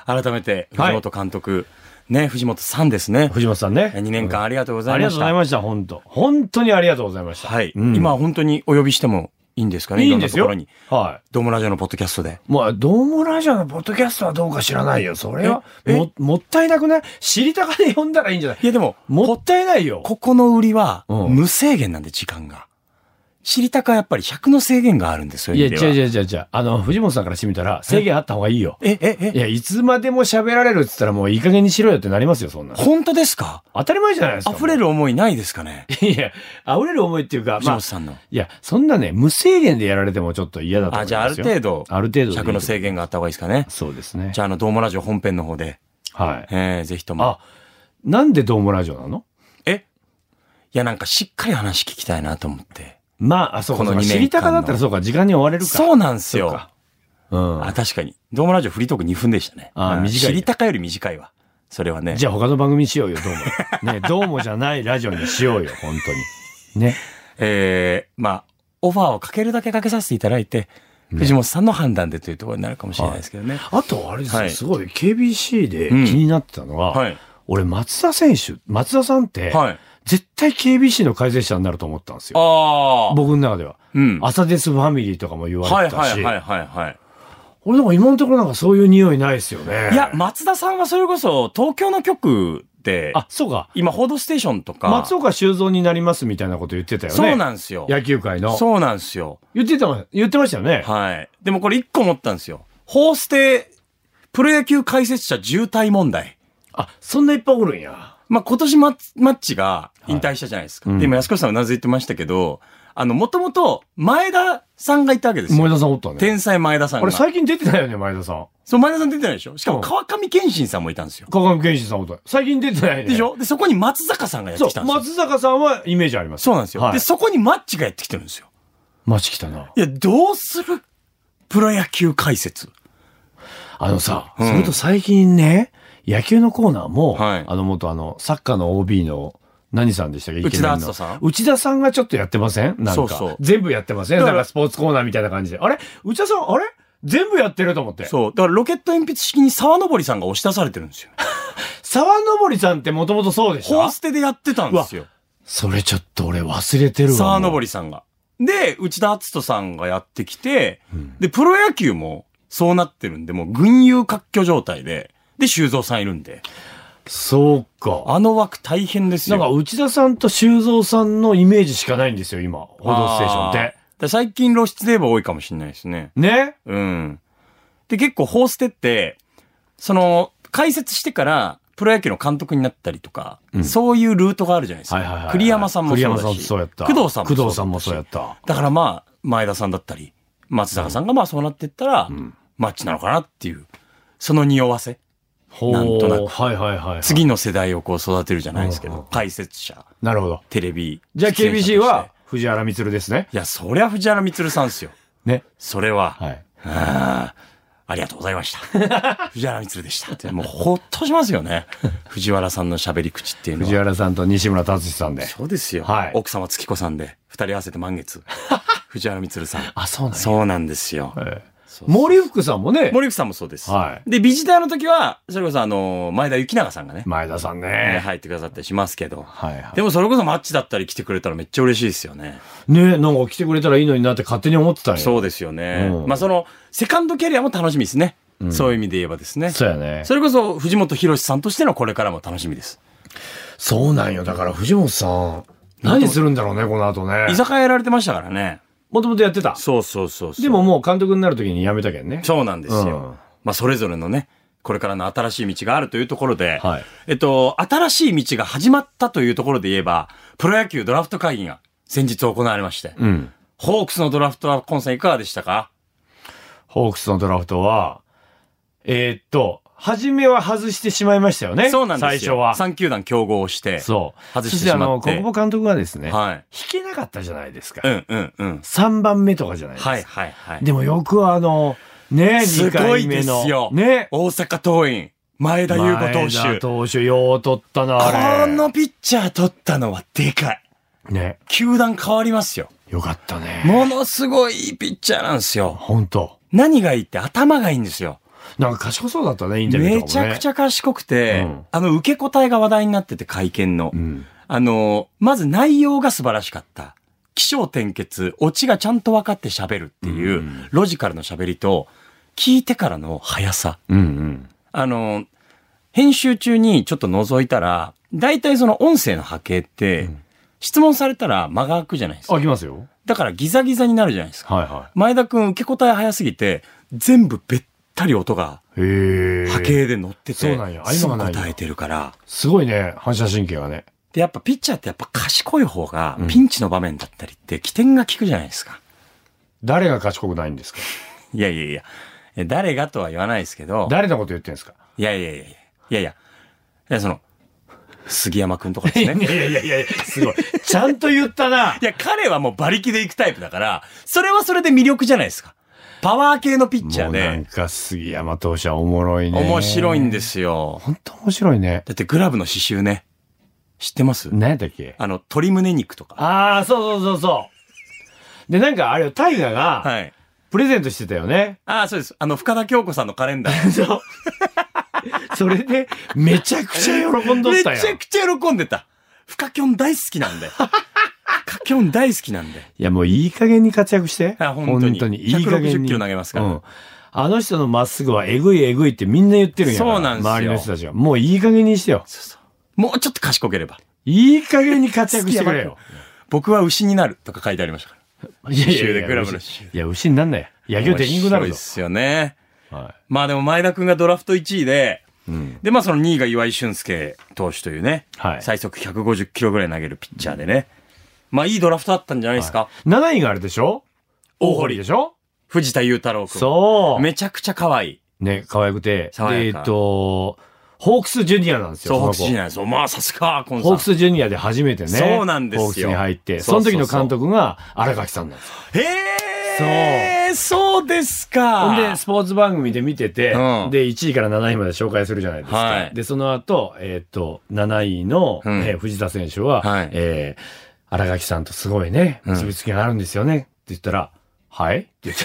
Speaker 1: た。改めて、藤本監督、ね、藤本さんですね。
Speaker 2: 藤本さんね。
Speaker 1: 2年間ありがとうござ
Speaker 2: あ
Speaker 1: い
Speaker 2: り
Speaker 1: ま
Speaker 2: がと
Speaker 1: し
Speaker 2: うござ
Speaker 1: た。
Speaker 2: いました、本当本当にありがとうございました。
Speaker 1: はい。
Speaker 2: うん
Speaker 1: 今本当にお呼びしてもいいんですかね
Speaker 2: いいんですよ
Speaker 1: ろに。。
Speaker 2: は
Speaker 1: ドームラジオのポッドキャストで。
Speaker 2: い。まあ、ドームラジオのポッドキャストはどうか知らないよ。それは、
Speaker 1: え
Speaker 2: も、もったいなくない知りたかで読んだらいいんじゃない
Speaker 1: いやでも、
Speaker 2: もったいないよ。
Speaker 1: ここの売りは、
Speaker 2: うん
Speaker 1: 無制限なんで、時間が。知りたかやっぱり100の制限があるんですよ、
Speaker 2: いや、
Speaker 1: 意
Speaker 2: 違う
Speaker 1: 味では
Speaker 2: 違う違う違う。あの、藤本さんからしてみたら、制限あった方がいいよ。
Speaker 1: え、え、
Speaker 2: い
Speaker 1: え、
Speaker 2: や、いつまでも喋られるって言ったらもういい加減にしろよってなりますよ、そんなの。
Speaker 1: 本当ですか
Speaker 2: 当たり前じゃないですか。
Speaker 1: 溢れる思いないですかね
Speaker 2: もう。 いや、溢れる思いっていうか、
Speaker 1: 藤
Speaker 2: まあ
Speaker 1: 本、さんの。
Speaker 2: いや、そんなね、無制限でやられてもちょっと嫌だと思い
Speaker 1: あ、
Speaker 2: ます
Speaker 1: じ
Speaker 2: よ。
Speaker 1: ゃあある程度、
Speaker 2: ある程度でいいと思
Speaker 1: 100
Speaker 2: い
Speaker 1: の
Speaker 2: ます
Speaker 1: 制限があった方がいいですかね。
Speaker 2: そうですね。
Speaker 1: じゃあ、あの、ドームラジオ本編の方で、
Speaker 2: はい。
Speaker 1: えー、ぜひとも。
Speaker 2: あ、なんでドームラジオなの
Speaker 1: えいや、なんかしっかり話聞きたいなと思って。
Speaker 2: まあ、あ、そう
Speaker 1: こ
Speaker 2: か、
Speaker 1: の
Speaker 2: そうか
Speaker 1: 二年間
Speaker 2: 知
Speaker 1: の
Speaker 2: りたかだったらそうか、時間に追われるから。
Speaker 1: そうなんです
Speaker 2: そう
Speaker 1: よ
Speaker 2: か。うん。
Speaker 1: あ、確かに。ドームラジオフリートーク2分でしたね。
Speaker 2: あー
Speaker 1: うん
Speaker 2: 短い
Speaker 1: 知りたかより短いわ。それはね。
Speaker 2: じゃあ他の番組にしようよ、どうも。 ね、どうもじゃないラジオにしようよ、本当に。ね。
Speaker 1: ええまあ、オファーをかけるだけかけさせていただいて、藤本さんの判断でというところになるかもしれないですけどね。
Speaker 2: あと、あれです
Speaker 1: は
Speaker 2: ね、
Speaker 1: い
Speaker 2: すごい、KBC で気
Speaker 1: うん
Speaker 2: になってたのは、
Speaker 1: い。
Speaker 2: 俺、松田選手、松田さんって、
Speaker 1: はい。
Speaker 2: 絶対 KBC の解説者になると思ったんですよ。
Speaker 1: ああ。
Speaker 2: 僕の中では。
Speaker 1: うん。
Speaker 2: 朝ですファミリーとかも言わ
Speaker 1: は
Speaker 2: れ
Speaker 1: い
Speaker 2: てた
Speaker 1: はい
Speaker 2: し、
Speaker 1: はいはいはい。
Speaker 2: 俺なんか今のところなんかそういう匂いないですよね。
Speaker 1: いや、松田さんはそれこそ東京の局で、
Speaker 2: あ、そうか。
Speaker 1: 今報道ステーションとか、
Speaker 2: 松岡修造になりますみたいなこと言ってたよね。
Speaker 1: そうなんですよ。
Speaker 2: 野球界の。
Speaker 1: そうなんですよ。
Speaker 2: 言ってたもん、言ってましたよね。
Speaker 1: はい。でもこれ一個思ったんですよ。ホーステプロ野球解説者渋滞問題。
Speaker 2: あ、そんないっぱいおるんや。
Speaker 1: まあ、今年マッマッチが引退したじゃないですか。
Speaker 2: はいうん
Speaker 1: で、今安越さんうなずいてましたけど、あの、もともと前田さんがいたわけですよ。
Speaker 2: 前田さんおったね。
Speaker 1: 天才前田さん
Speaker 2: あ
Speaker 1: が
Speaker 2: れ。最近出てないよね、前田さん。
Speaker 1: そう、前田さん出てないでしょしか
Speaker 2: う
Speaker 1: も
Speaker 2: ん
Speaker 1: 川上健信さんもいたんですよ。
Speaker 2: 川上健信さんおった。最近出てないね。
Speaker 1: でしょで、そこに松坂さんがやって
Speaker 2: そう
Speaker 1: きた、んですよ。
Speaker 2: 松坂さんはイメージあります。
Speaker 1: そうなんですよ。
Speaker 2: はい
Speaker 1: で、そこにマッチがやってきてるんですよ。
Speaker 2: マジ来たな。
Speaker 1: いや、どうするプロ野球解説。
Speaker 2: あのさ、
Speaker 1: うん
Speaker 2: それと最近ね、野球のコーナーも、
Speaker 1: はい
Speaker 2: あの元あの、サッカーの OB の、何さんでしたっけイケメン
Speaker 1: 内田篤
Speaker 2: の
Speaker 1: 人さん
Speaker 2: 内田さんがちょっとやってませんなんか
Speaker 1: そうそう
Speaker 2: 全部やってません
Speaker 1: だ
Speaker 2: な
Speaker 1: か
Speaker 2: ん
Speaker 1: ら
Speaker 2: かスポーツコーナーみたいな感じで。あれ内田さん、あれ全部やってると思って。
Speaker 1: そう。だからロケット鉛筆式に沢登さんが押し出されてるんですよ。
Speaker 2: 沢登さんってもともとそうでし
Speaker 1: ホー
Speaker 2: た
Speaker 1: ステでやってたんですよ。
Speaker 2: それちょっと俺忘れてるわ。
Speaker 1: 沢
Speaker 2: もう
Speaker 1: 登さんが。で、内田篤人さんがやってきて、で、プロ野球もそうなってるんで、もう群雄割拠状態で、で、修造さんいるんで、
Speaker 2: そうか。
Speaker 1: あの枠大変です
Speaker 2: な
Speaker 1: よ。
Speaker 2: んか内田さんと修造さんのイメージしかないんですよ、今。報道ステーションっ
Speaker 1: あー
Speaker 2: て。。
Speaker 1: だ最近露出で言えば多いかもしれないですね。
Speaker 2: ね
Speaker 1: うん。で、結構ホーステって、その、解説してから、プロ野球の監督になったりとか、そういうルートがあるじゃないですか。
Speaker 2: はいはいはいはい。
Speaker 1: 栗山さんもそうだし。
Speaker 2: 栗山さんそうやった。
Speaker 1: 工藤さんもそうだし
Speaker 2: 工藤さんもそうやった。
Speaker 1: だからまあ、前田さんだったり、松坂さんがまあそうなってったら、マッチなのかなっていう、その匂わせ。
Speaker 2: ほう
Speaker 1: なんとなく
Speaker 2: はいはいはいはい。
Speaker 1: 次の世代をこう育てるじゃないですけ
Speaker 2: うんう
Speaker 1: ど、解説者、
Speaker 2: なるほど。
Speaker 1: テレビ。
Speaker 2: じゃあ
Speaker 1: 出演者として
Speaker 2: KBC は、藤原光ですね。
Speaker 1: いや、そりゃ藤原光さんですよ。
Speaker 2: ね。
Speaker 1: それは、
Speaker 2: はい。
Speaker 1: あーありがとうございました。 藤原光でしたって、もうほっとしますよ ね。藤原さんの喋り口っていうの
Speaker 2: 藤
Speaker 1: は。
Speaker 2: 原さんと西村達史さんで。
Speaker 1: そうですよ。
Speaker 2: はい
Speaker 1: 奥様月子さんで、二人合わせて満 月。藤原光さん。
Speaker 2: あ、そうなんや
Speaker 1: そうなんですよ。
Speaker 2: ええ
Speaker 1: そうそう
Speaker 2: 森福さんもね。
Speaker 1: 森口さんもそうです。
Speaker 2: は
Speaker 1: で、ビジターの時は、それこそあの、前田幸永さんがね
Speaker 2: い。、前田さん
Speaker 1: えー
Speaker 2: ね。
Speaker 1: 入ってくださったりしますけど。
Speaker 2: はいはい
Speaker 1: で。もそれこそマッチだったり来てくれたらめっちゃ嬉しいですよね。
Speaker 2: ねなんか来てくれたらいいのになって勝手に思ってたんや。
Speaker 1: そうですよね。
Speaker 2: うん
Speaker 1: まあその、セカンドキャリアも楽しみですね。そういう意味で言えばですね。
Speaker 2: そうやね。
Speaker 1: それこそ藤本博さんとしてのこれからも楽しみです。
Speaker 2: そうなんよ。だから藤本さん、何するんだろうね、この後ね
Speaker 1: 居。酒屋やられてましたからね。
Speaker 2: もともとやってた。
Speaker 1: そうそうそうそう。
Speaker 2: でも、もう監督になる時に辞めたけんね。
Speaker 1: そうなんですよ。
Speaker 2: うん
Speaker 1: まあそれぞれのね、これからの新しい道があるというところで、
Speaker 2: はい
Speaker 1: えっと、新しい道が始まったというところで言えば、プロ野球ドラフト会議が先日行われまして、
Speaker 2: うん。
Speaker 1: ホークスのドラフトは、コンさんいかがでしたか
Speaker 2: ホークスのドラフトは、えーっと、初めは外してしまいましたよね。
Speaker 1: そうなんですよ。
Speaker 2: 最初は。
Speaker 1: 3球団競合して。
Speaker 2: そう。
Speaker 1: 外してしまっ
Speaker 2: そしてあ
Speaker 1: て。
Speaker 2: の、国保監督がですね、
Speaker 1: はい。
Speaker 2: 引けなかったじゃないですか。
Speaker 1: うんうんうん。
Speaker 2: 3番目とかじゃないですか。
Speaker 1: はいはいはい。
Speaker 2: でもよくあの、ね、
Speaker 1: す
Speaker 2: 2
Speaker 1: ごい
Speaker 2: 回
Speaker 1: で
Speaker 2: 目
Speaker 1: す
Speaker 2: の。
Speaker 1: よ。
Speaker 2: ね。
Speaker 1: 大阪桐蔭、前田優吾投
Speaker 2: 前田
Speaker 1: 手。こ
Speaker 2: 投手、よう取ったな、あれ。
Speaker 1: のピッチャー取ったのはでかい。
Speaker 2: ね。
Speaker 1: 球団変わりますよ。
Speaker 2: よかったね。
Speaker 1: ものすごいいいピッチャーなんですよ。
Speaker 2: 本当
Speaker 1: 何がいいって頭がいいんですよ。
Speaker 2: なんか賢そうだったね、インタビュー
Speaker 1: め
Speaker 2: と
Speaker 1: ち
Speaker 2: かもね。
Speaker 1: ゃくちゃ賢くて、
Speaker 2: うん
Speaker 1: あの、受け答えが話題になってて、会見の。
Speaker 2: うん。
Speaker 1: あの、まず内容が素晴らしかった。気象転結、オチがちゃんと分かって喋るっていう、ロジカルの喋りと、聞いてからの速さ。
Speaker 2: うんうん。
Speaker 1: あの、編集中にちょっと覗いたら、大体その音声の波形って、質問されたら間が空くじゃないです
Speaker 2: あ、
Speaker 1: か。
Speaker 2: きますよ。
Speaker 1: だからギザギザになるじゃないですか。
Speaker 2: はいは
Speaker 1: 前田くん受け答え早すぎて、全部べったり音が
Speaker 2: い。へえ。
Speaker 1: 波形で乗ってて、
Speaker 2: そうなんやあ
Speaker 1: す
Speaker 2: 今
Speaker 1: ぐ
Speaker 2: がないんだ
Speaker 1: 答えてるから。
Speaker 2: すごいね、反射神経がね。
Speaker 1: で、やっぱピッチャーってやっぱ賢い方が、ピンチの場面だったりって起点が効くじゃないですか。
Speaker 2: 誰が賢くないんですか
Speaker 1: いやいやいや。え誰がとは言わないですけど、
Speaker 2: 誰のこと言ってんですか
Speaker 1: いやいやいやいや。いやいや。いや、その、杉山くんとか です
Speaker 2: い
Speaker 1: ね。
Speaker 2: やいやいやいや、すごい。ちゃんと言ったな。
Speaker 1: いや、彼はもう馬力で行くタイプだから、それはそれで魅力じゃないですか。パワー系のピッチャ
Speaker 2: も
Speaker 1: ー
Speaker 2: うなん
Speaker 1: で、
Speaker 2: か杉山投手はおもろいね。
Speaker 1: 面白いんですよ。
Speaker 2: 本当面白いね。
Speaker 1: だってグラブの刺繍ね。知ってます
Speaker 2: 何やったっけ
Speaker 1: あの、鶏胸肉とか。
Speaker 2: ああ、そうそうそうそう。で、なんかあれよ、タイガが
Speaker 1: はい。
Speaker 2: プレゼントしてたよね。
Speaker 1: ああ、そうです。あの、深田恭子さんのカレンダー。
Speaker 2: そう。それで、めちゃくちゃ喜んどっ
Speaker 1: めち
Speaker 2: たよ。
Speaker 1: ゃ
Speaker 2: い
Speaker 1: くちゃ喜んでた。フカキョン大好きなん で。フカキョン大好きなんで。
Speaker 2: や、もういい加減に活躍して。
Speaker 1: あ本当に
Speaker 2: いい加減に。
Speaker 1: 160キロ投げますから
Speaker 2: うん。あの人のまっすぐはえぐいえぐいってみんな言ってるんやから
Speaker 1: そうなんですよ
Speaker 2: 周りの人たちは。もういい加減にしてよ。
Speaker 1: もうちょっと賢ければ。
Speaker 2: いい加減に活躍してく れよ。
Speaker 1: 僕は牛になるとか書いてありましたから。
Speaker 2: いやいやい
Speaker 1: 刺繍
Speaker 2: や
Speaker 1: でグラブの刺
Speaker 2: いや、牛になんない。野球できんくなる
Speaker 1: で
Speaker 2: ぞ。
Speaker 1: すよね。
Speaker 2: は
Speaker 1: まあでも前田くんがドラフト1位で、で、まあその2位が岩井俊介投手というね、
Speaker 2: はい
Speaker 1: 最速150キロぐらい投げるピッチャーでね。まあいいドラフトだったんじゃないですか。
Speaker 2: い。7位があれでしょ
Speaker 1: 大堀
Speaker 2: でしょ
Speaker 1: 藤田雄太郎くん。
Speaker 2: そう。
Speaker 1: めちゃくちゃ可愛い。
Speaker 2: ね、可愛くて。
Speaker 1: 爽
Speaker 2: でえ
Speaker 1: や
Speaker 2: っ
Speaker 1: か
Speaker 2: と、ホークスジュニアなんですよ。
Speaker 1: そう、ホーク
Speaker 2: そ
Speaker 1: ス
Speaker 2: の
Speaker 1: じゃ
Speaker 2: 子
Speaker 1: ないです。まあさすが、コンさん。
Speaker 2: ホークスジュニアで初めてね。
Speaker 1: そうなんですよ
Speaker 2: ホークスに入って、
Speaker 1: そ
Speaker 2: そうの
Speaker 1: そうそう
Speaker 2: 時の監督が荒垣さんなんですよ。
Speaker 1: へえ、そう。そうですか。
Speaker 2: ほんで、スポーツ番組で見てて、
Speaker 1: うん
Speaker 2: で、1位から7位まで紹介するじゃないですか。
Speaker 1: はい
Speaker 2: で、その後、えっと、7位の、
Speaker 1: うん
Speaker 2: えー藤田選手は、
Speaker 1: はい
Speaker 2: えー、荒垣さんとすごいね、
Speaker 1: ん
Speaker 2: 結びつきがあるんですよね、って言ったら、はいって言って、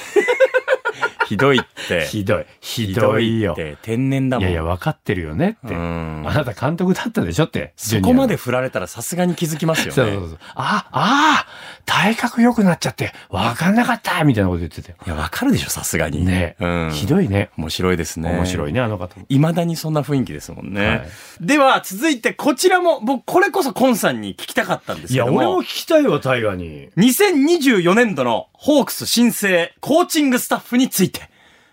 Speaker 1: ひどいって。
Speaker 2: ひどい。ひどいよ
Speaker 1: っ。て、天然だ
Speaker 2: い
Speaker 1: もん。
Speaker 2: やいや、分かってるよねって。
Speaker 1: うん
Speaker 2: あなた監督だったでしょって。
Speaker 1: そこまで
Speaker 2: ジ
Speaker 1: 振られたらさすがに気づきますよね。
Speaker 2: ュニアの。そうそうそう。あ、ああ体格良くなっちゃって、分かんなかったみたいなこと言ってて。
Speaker 1: いや、わかるでしょ、さすがに。
Speaker 2: ね
Speaker 1: うん。
Speaker 2: ひどいね。
Speaker 1: 面白いですね。
Speaker 2: 面白
Speaker 1: い。
Speaker 2: いね、あの方も。
Speaker 1: 未だにそんな雰囲気ですもんね。
Speaker 2: はい
Speaker 1: では、続いてこちらも、僕、これこそコンさんに聞きたかったんです
Speaker 2: い
Speaker 1: け
Speaker 2: や、
Speaker 1: ど
Speaker 2: 俺も
Speaker 1: も
Speaker 2: 聞、きたいわ、タイガに。
Speaker 1: 2024年度のホークス申請、コーチングスタッフについて。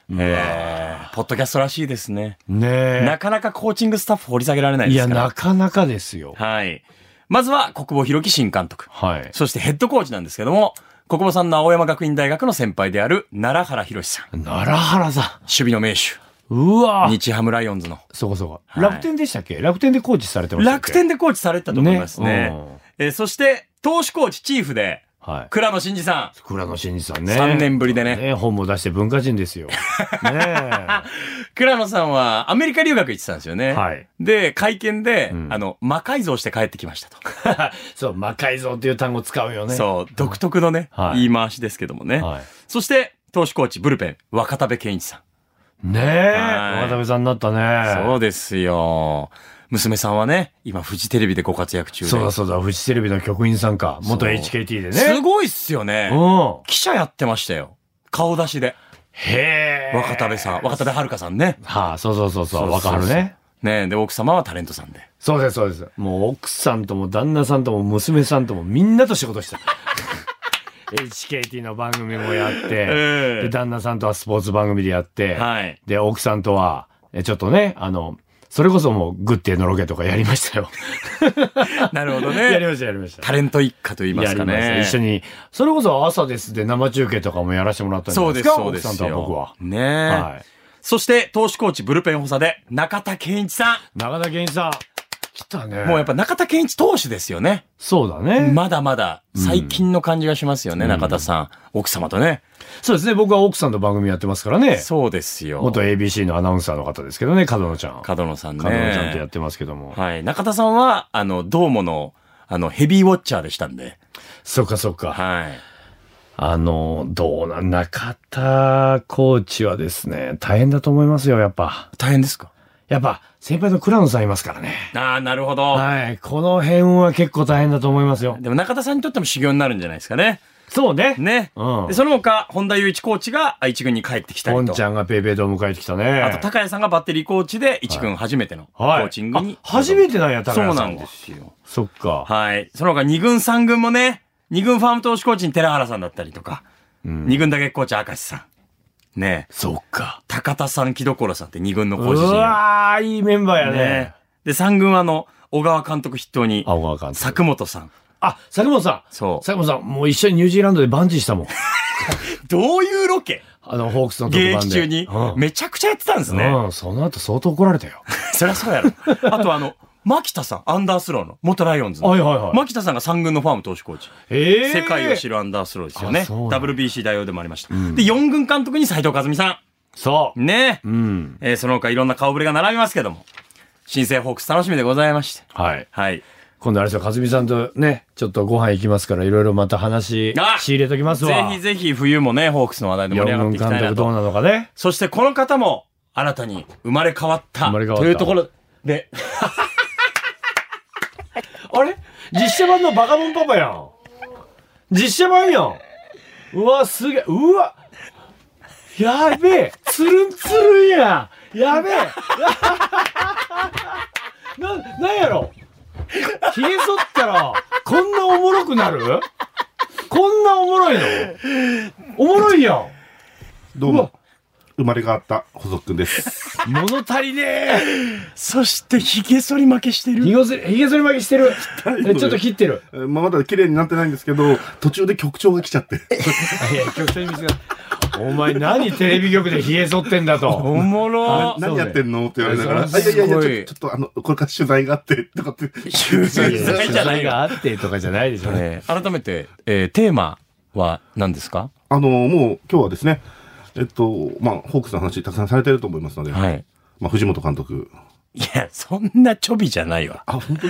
Speaker 1: えー、ポッドキャストらしいですね。
Speaker 2: ね
Speaker 1: なかなかコーチングスタッフ掘り下げられない
Speaker 2: い
Speaker 1: で
Speaker 2: や、
Speaker 1: すから。
Speaker 2: なかなかですよ。
Speaker 1: はい。まずは、国保博樹新監督。
Speaker 2: はい。
Speaker 1: そしてヘッドコーチなんですけども、国母さんの青山学院大学の先輩である、奈良原博さん。
Speaker 2: 奈良原さ
Speaker 1: 守備の名手。
Speaker 2: ん。うわ
Speaker 1: 日ハムライオンズの。
Speaker 2: そこそこ。
Speaker 1: はい
Speaker 2: 楽天でしたっけ楽天でコーチされてましたっ
Speaker 1: 楽
Speaker 2: け
Speaker 1: 天でコーチされてたと思いますね。
Speaker 2: うん
Speaker 1: えーそして、投手コーチチーフで、
Speaker 2: はい。
Speaker 1: 倉野真二さん。
Speaker 2: 倉野真司さんね。
Speaker 1: 3年ぶりでね
Speaker 2: ね。本も出して文化人で すよ。ね
Speaker 1: 倉野さんはアメリカ留学行ってたんですよね。
Speaker 2: え。はい。
Speaker 1: で、会見で、
Speaker 2: うん
Speaker 1: あの、魔改造して帰ってきましたと。
Speaker 2: そう、魔改造っていう単語使うよね。
Speaker 1: そう、独特のね、
Speaker 2: はい
Speaker 1: 言い回しですけどもね。
Speaker 2: はい。
Speaker 1: そして、投手コーチブルペン、若田部健一さん。
Speaker 2: ねえ、
Speaker 1: はい
Speaker 2: 渡辺さんになったね。
Speaker 1: そうですよ。娘さんはね、今フジテレビでご活躍中で。
Speaker 2: そうだそうだ、フジテレビの局員さんか。元
Speaker 1: そう
Speaker 2: HKT でね。
Speaker 1: すごいっすよね。
Speaker 2: うん。
Speaker 1: 記者やってましたよ。顔出しで。
Speaker 2: へえ。
Speaker 1: 若田部さん、若田部遥さんね。
Speaker 2: はあ、そうそうそうそ
Speaker 1: そ
Speaker 2: う、
Speaker 1: うそうそう
Speaker 2: 若春ね。
Speaker 1: ねで、奥様はタレントさんで。
Speaker 2: そうです、そうです。もう奥さんとも旦那さんとも娘さんともみんなと仕事した。HKT の番組もやって、
Speaker 1: ええ
Speaker 2: で、旦那さんとはスポーツ番組でやって、
Speaker 1: はい。
Speaker 2: で、奥さんとは、えちょっとね、あの、それこそもうグッテのロケとかやりましたよ。
Speaker 1: なるほど
Speaker 2: やり
Speaker 1: ね。
Speaker 2: ました、やりました。
Speaker 1: タレント一家と言いますかね。
Speaker 2: 一緒
Speaker 1: に。
Speaker 2: に、それこそ朝ですで生中継とかもやらせてもらったんじ
Speaker 1: そ
Speaker 2: ゃな
Speaker 1: う
Speaker 2: いで
Speaker 1: ですす、
Speaker 2: か
Speaker 1: そうです
Speaker 2: 奥さんとは僕は
Speaker 1: よ。。ね
Speaker 2: は
Speaker 1: そして、投手コーチブルペン補佐で、中田健一さ
Speaker 2: 中田健一さん。来たね。
Speaker 1: ん。もうやっぱ中田健一投手ですよね。
Speaker 2: そうだね。
Speaker 1: まだまだ、最近の感じがしますよね、中田さん。奥様とね。
Speaker 2: そうですね。僕は奥さんと番組やってますからね。
Speaker 1: そうですよ。
Speaker 2: 元 ABC のアナウンサーの方ですけどね、角野ちゃん。
Speaker 1: 角野さんね。
Speaker 2: 角野ちゃんとやってますけども。
Speaker 1: はい。中田さんは、あの、どうもの、あの、ヘビーウォッチャーでしたんで。
Speaker 2: そっかそっか。
Speaker 1: はい。
Speaker 2: あの、どうなん、中田コーチはですね、大変だと思いますよ、やっぱ。
Speaker 1: 大変ですか
Speaker 2: やっぱ、先輩の倉野さんいますからね。
Speaker 1: ああ、なるほど。
Speaker 2: はい。この辺は結構大変だと思いますよ。
Speaker 1: でも中田さんにとっても修行になるんじゃないですかね。
Speaker 2: そうね。
Speaker 1: ね。
Speaker 2: うん
Speaker 1: でその他、本田祐一コーチが一軍に帰ってきた
Speaker 2: ポ
Speaker 1: り
Speaker 2: ン
Speaker 1: と。
Speaker 2: ちゃんがペイペイドーム帰ってきたね。
Speaker 1: あと、高谷さんがバッテリーコーチで一軍初めてのコ
Speaker 2: はい
Speaker 1: ーチングに。
Speaker 2: あ初めてなんや、高
Speaker 1: そう
Speaker 2: 谷さんは。
Speaker 1: なんですよ。
Speaker 2: そっか。
Speaker 1: はい。その他二軍三軍もね、二軍ファーム投手コーチに寺原さんだったりとか、二軍打撃コーチ明石さん。ねえ
Speaker 2: そっか。
Speaker 1: 高田さん、木所さんって二軍のコー
Speaker 2: う
Speaker 1: チ陣。
Speaker 2: わー、いいメンバーやね。
Speaker 1: ねで、三軍はあの、小川監督筆頭に、
Speaker 2: 青川監督。
Speaker 1: 佐久本さん。
Speaker 2: あ、佐久本さん。
Speaker 1: そう
Speaker 2: 佐久本さん、もう一緒にニュージーランドでバンジーしたも ん。
Speaker 1: どういうロケ
Speaker 2: あの、ホークスの特
Speaker 1: 現
Speaker 2: 番で。
Speaker 1: 役中に
Speaker 2: う。ん
Speaker 1: めちゃくちゃやってたんですね。
Speaker 2: うん、その後相当怒られたよ。
Speaker 1: そりゃそうやろ。あとあの、牧田さん、アンダースローの、元ライオンズの。
Speaker 2: はいはいはい
Speaker 1: 牧田さんが三軍のファーム投手コーチ。
Speaker 2: え
Speaker 1: 世界を知るアンダースローですよね。
Speaker 2: あそうなんだ
Speaker 1: WBC 代表でもありました。で、四軍監督に斉藤和美さ
Speaker 2: そう。
Speaker 1: ん。ねえ。
Speaker 2: うん。
Speaker 1: えーその他いろんな顔ぶれが並びますけども。新生ホークス楽しみでございまして。
Speaker 2: はい。
Speaker 1: はい。
Speaker 2: 今度あれですよ、かずみさんとね、ちょっとご飯行きますから、いろいろまた話
Speaker 1: あ、
Speaker 2: 仕入れときます
Speaker 1: ぜ
Speaker 2: わ。
Speaker 1: ひぜひ冬もね、ホークスの話題で盛り上がっていき
Speaker 2: 四
Speaker 1: たい
Speaker 2: 軍監
Speaker 1: な
Speaker 2: 督ど
Speaker 1: と
Speaker 2: う。なのかね。
Speaker 1: そしてこの方も新たに生まれ変わった
Speaker 2: 生まれ変わった
Speaker 1: というところで、
Speaker 2: あれ実写版のバカモンパパやん。実写版やん。うわ、すげえ。うわ。やべえ。つるんつるんや。やべえ。 な、なんやろ。ひげ剃ったら、こんなおもろくなるこんなおもろいのおもろいやん。
Speaker 4: どうも、生まれ変わった補足くんです。
Speaker 2: 物足りねえ。
Speaker 1: そして髭剃り負けしてる。
Speaker 2: ひげ剃り、ひげ剃り巻きしてる。えちょっと切ってる。
Speaker 4: えーまあまだ綺麗になってないんですけど、途中で局長が来ちゃって。
Speaker 2: いや、局長に見つかったお前何テレビ局で 冷え剃ってんだと。
Speaker 1: おもろ。
Speaker 4: 何やってんのって言われながら、
Speaker 2: そ
Speaker 4: あ
Speaker 2: う
Speaker 4: いやいやいや、
Speaker 1: すご
Speaker 4: ち
Speaker 1: い
Speaker 4: ょちょっとあの、これから取材があって、とかって。
Speaker 1: 取材じゃないわ。
Speaker 2: あってとかじゃないでしょうね。
Speaker 1: えー改めて、えーテーマは何ですか
Speaker 4: あの、もう今日はですね、えっと、まあ、ホークスの話たくさんされてると思いますので、
Speaker 1: はい。
Speaker 4: まあ、藤本監督。
Speaker 1: いや、そんなちょびじゃないわ。
Speaker 4: あ、本当